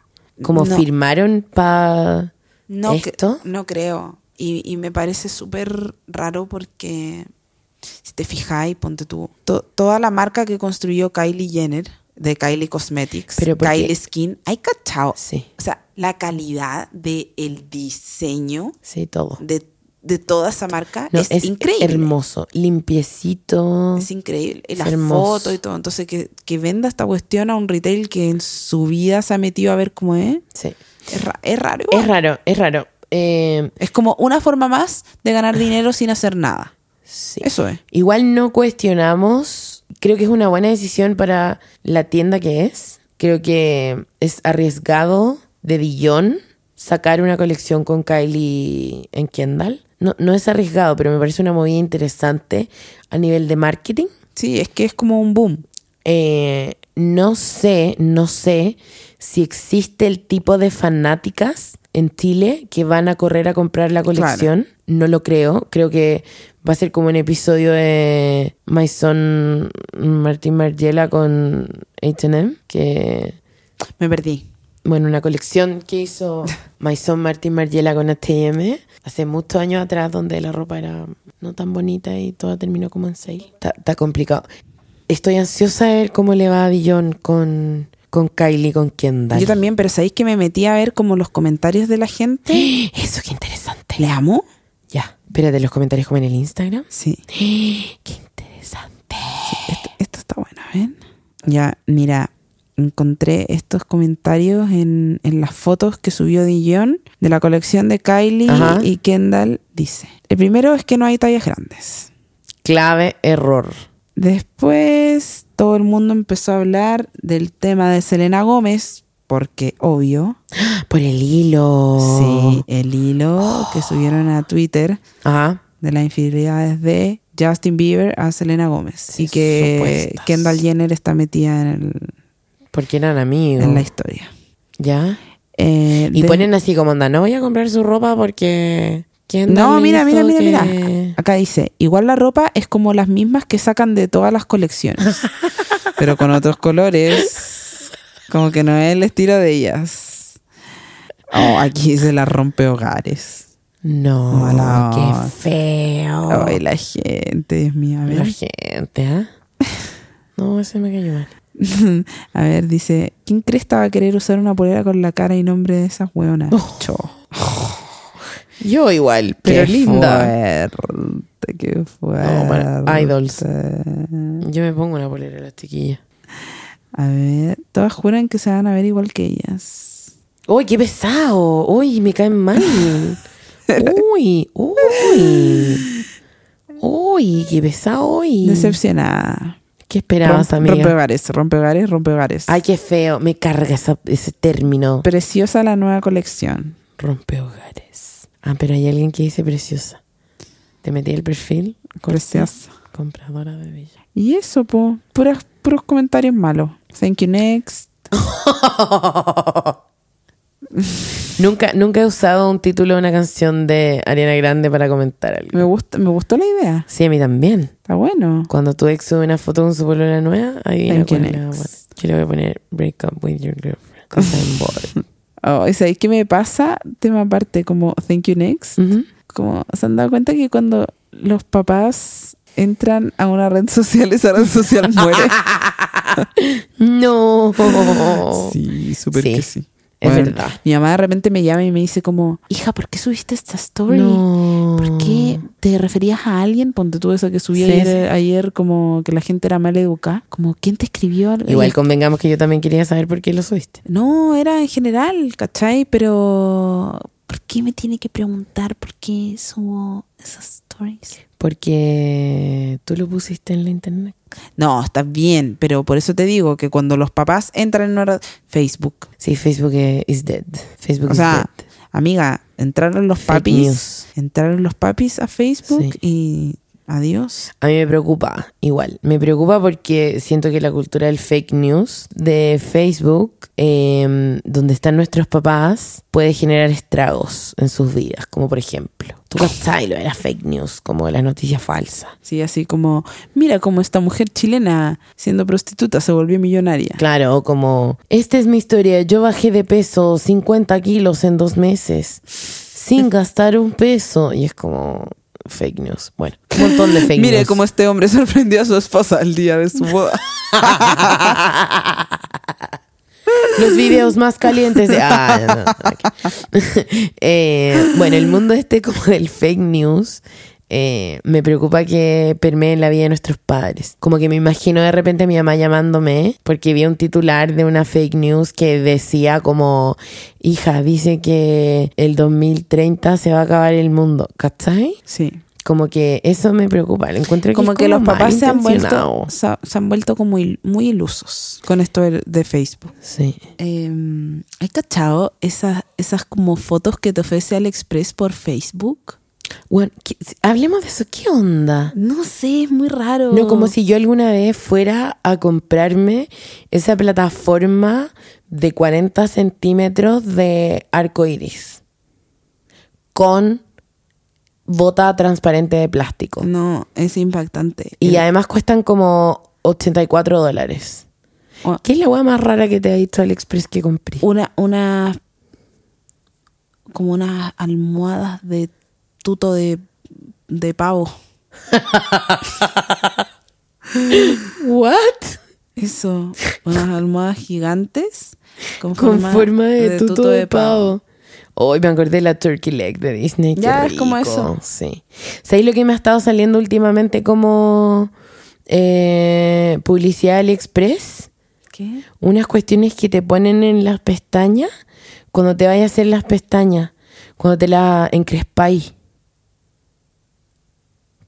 Como No. firmaron para No, cre- esto. no creo. Y, y me parece súper raro porque, si te fijáis, ponte tú, to- toda la marca que construyó Kylie Jenner, de Kylie Cosmetics, Pero porque- Kylie Skin, hay cachao. Sí, O sea, la calidad del el diseño sí, todo. de, de toda esa marca No, es, increíble. hermoso, limpiecito. Es increíble. Y Es las hermoso. fotos y todo. Entonces, que, que venda esta cuestión a un retail que en su vida se ha metido a ver cómo es, Sí. es, ra- es raro. igual. Es raro, es raro. Eh, Es como una forma más de ganar dinero sin hacer nada. sí. Eso es. Igual no cuestionamos. Creo que es una buena decisión para la tienda que es. Creo que es arriesgado de Dillon sacar una colección con Kylie en Kendall. No, no es arriesgado, pero me parece una movida interesante a nivel de marketing. Sí, es que es como un boom. Eh, no sé, no sé si existe el tipo de fanáticas en Chile que van a correr a comprar la colección. No lo creo. Creo que va a ser como un episodio de My Son Martín Margiela con HM, que Me perdí. bueno, una colección que hizo Maison Martín Margiela con H&M hace muchos años atrás donde la ropa era no tan bonita y todo terminó como en sale. Está, está complicado. Estoy ansiosa de ver cómo le va a Dillon con, con Kylie, con Kendall. Yo también, pero sabéis que me metí a ver como los comentarios de la gente. Eso, qué interesante. ¿Le amo? Ya, espérate, los comentarios como en el Instagram. Sí. Qué interesante. Esto, esto está bueno, ¿ven? Ya, mira, encontré estos comentarios en, en las fotos que subió Dijon de la colección de Kylie Ajá. y Kendall. Dice, el primero es que no hay tallas grandes. Clave error. Después todo el mundo empezó a hablar del tema de Selena Gómez, porque obvio, Por el hilo. Oh. sí, el hilo que subieron a Twitter Ajá. de las infidelidades de Justin Bieber a Selena Gómez Sí, y que supuestas. Kendall Jenner está metida en el, Porque eran amigos. en la historia. Ya. Eh, Y de- ponen así como anda, no voy a comprar su ropa porque... ¿quién No, le mira, mira, hizo mira, que-" mira. Acá dice, igual la ropa es como las mismas que sacan de todas las colecciones, pero con otros colores. Como que no es el estilo de ellas. Oh, aquí se las rompe hogares. No, Mala onda. qué feo. Ay, la gente, Dios mío, a Oh. la ver. gente, ¿ah? No, ese me cayó mal. A ver, dice, ¿quién cresta va a querer usar una polera con la cara y nombre de esas hueonas? Cho. Oh. Yo igual, Oh, Qué fuerte, qué No, para- fuerte. idols. Yo me pongo una polera a las chiquillas. A ver, todas juran que se van a ver igual que ellas. Uy, qué pesado. Uy, me caen mal. Uy, uy. Uy, qué pesado hoy. Decepcionada. ¿Qué esperabas, Romp- amiga? rompe hogares, rompe hogares, rompe hogares. Ay, qué feo. Me carga esa- ese término. Preciosa la nueva colección. rompe hogares. Ah, pero hay alguien que dice preciosa. Te metí el perfil. Cortés, Preciosa. Compradora de bella. Y eso, po. Puras, puros comentarios malos. Thank you, next. Nunca, nunca he usado un título de una canción de Ariana Grande para comentar algo. Me, gusta, me gustó la idea. Sí, a mí también. Está bueno. Cuando tu ex sube una foto con su polola nueva, ahí Thank you, next. Yo le voy a poner break up with your girlfriend. 'cause I'm bored. Oh, y sabéis qué me pasa, tema aparte, como thank you next. Ujú. Como se han dado cuenta que cuando los papás entran a una red social, esa red social muere. No. sí, súper Oh. Sí, que sí. es Bueno, verdad. Mi mamá de repente me llama y me dice como, hija, ¿por qué subiste esta story? No. ¿Por qué te referías a alguien? Ponte tú eso que subí Sí, ayer, sí. ayer, como que la gente era mal educada. Como, ¿quién te escribió? Igual convengamos que yo también quería saber por qué lo subiste. No, era en general, ¿cachai? Pero ¿por qué me tiene que preguntar por qué subo esas stories? Porque tú lo pusiste en la internet. No, está bien, pero por eso te digo que cuando los papás entran en una red- Facebook, Sí, Facebook eh, is dead. Facebook O is sea, dead. amiga, entraron los Fake papis, news. entraron los papis a Facebook y adiós. A mí me preocupa, igual. Me preocupa porque siento que la cultura del fake news de Facebook, eh, donde están nuestros papás, puede generar estragos en sus vidas. Como por ejemplo, tú cachai lo de las fake news, como las noticias falsas. Sí, así como, mira cómo esta mujer chilena siendo prostituta se volvió millonaria. Claro, o como, esta es mi historia, yo bajé de peso 50 kilos en dos meses, sin gastar un peso. Y es como fake news. Bueno, un montón de fake Mire news. cómo este hombre sorprendió a su esposa el día de su boda. Los videos más calientes de... Ah, no, no, ok. Eh, bueno, el mundo este como del fake news eh, me preocupa que permee en la vida de nuestros padres. Como que me imagino de repente a mi mamá llamándome porque vi un titular de una fake news que decía como, hija, dice que el 2030 se va a acabar el mundo. ¿Cachai? Sí. Como que eso me preocupa. Lo encuentro que Como es que los papás se han malintencionado. vuelto, se, se han vuelto como il- muy ilusos con esto de, de Facebook. Sí. Eh, ¿Has cachado esas, esas como fotos que te ofrece AliExpress por Facebook? Bueno, ¿qué- hablemos de eso. ¿Qué onda? No sé, es muy raro. No, como si yo alguna vez fuera a comprarme esa plataforma de 40 centímetros de arco iris con bota transparente de plástico. No, es impactante. Y además cuestan como 84 dólares. Oh. ¿Qué es la hueá más rara que te ha dicho AliExpress que compré? Una, una, como unas almohadas de tuto de, de pavo. ¿What? Eso, unas almohadas gigantes con Con forma, forma de, tuto, de pavo. pavo. Hoy me acordé de la turkey leg de Disney. qué Ya, es como rico. eso. Sí. ¿Sabéis lo que me ha estado saliendo últimamente como eh, publicidad de AliExpress? ¿Qué? Unas cuestiones que te ponen en las pestañas cuando te vayas a hacer las pestañas, cuando te las encrespáis.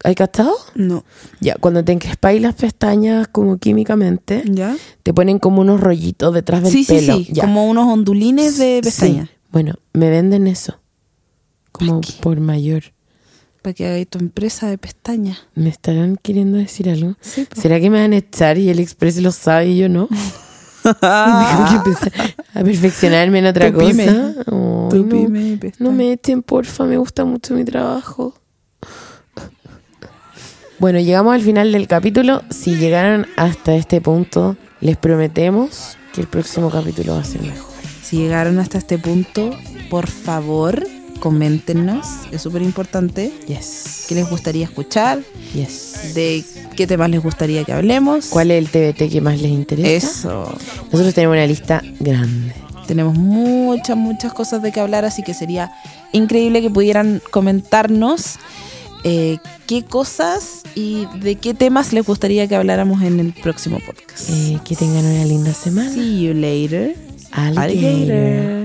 ¿Hay cachado? No. Ya, cuando te encrespáis las pestañas como químicamente, ¿Ya? te ponen como unos rollitos detrás del Sí, sí, pelo. sí, Ya. como unos ondulines de Sí. pestaña. Bueno, me venden eso. Como por mayor. Para que hagáis tu empresa de pestaña. ¿Me estarán queriendo decir algo? Sí, po. ¿Será que me van a echar y el Express lo sabe y yo no? Y tengo que empezar a perfeccionarme en otra Tu cosa. pyme. Ay, Tu no, pyme de pestañas. no me echen, porfa, me gusta mucho mi trabajo. Bueno, llegamos al final del capítulo. Si llegaron hasta este punto, les prometemos que el próximo capítulo va a ser mejor. Si llegaron hasta este punto, por favor, coméntenos. Es súper importante. Yes. ¿Qué les gustaría escuchar? Yes. ¿De qué temas les gustaría que hablemos? ¿Cuál es el TBT que más les interesa? Eso. Nosotros tenemos una lista grande. Tenemos muchas, muchas cosas de que hablar, así que sería increíble que pudieran comentarnos eh, qué cosas y de qué temas les gustaría que habláramos en el próximo podcast. Eh, que tengan una linda semana. See you later. Alligator. Alligator.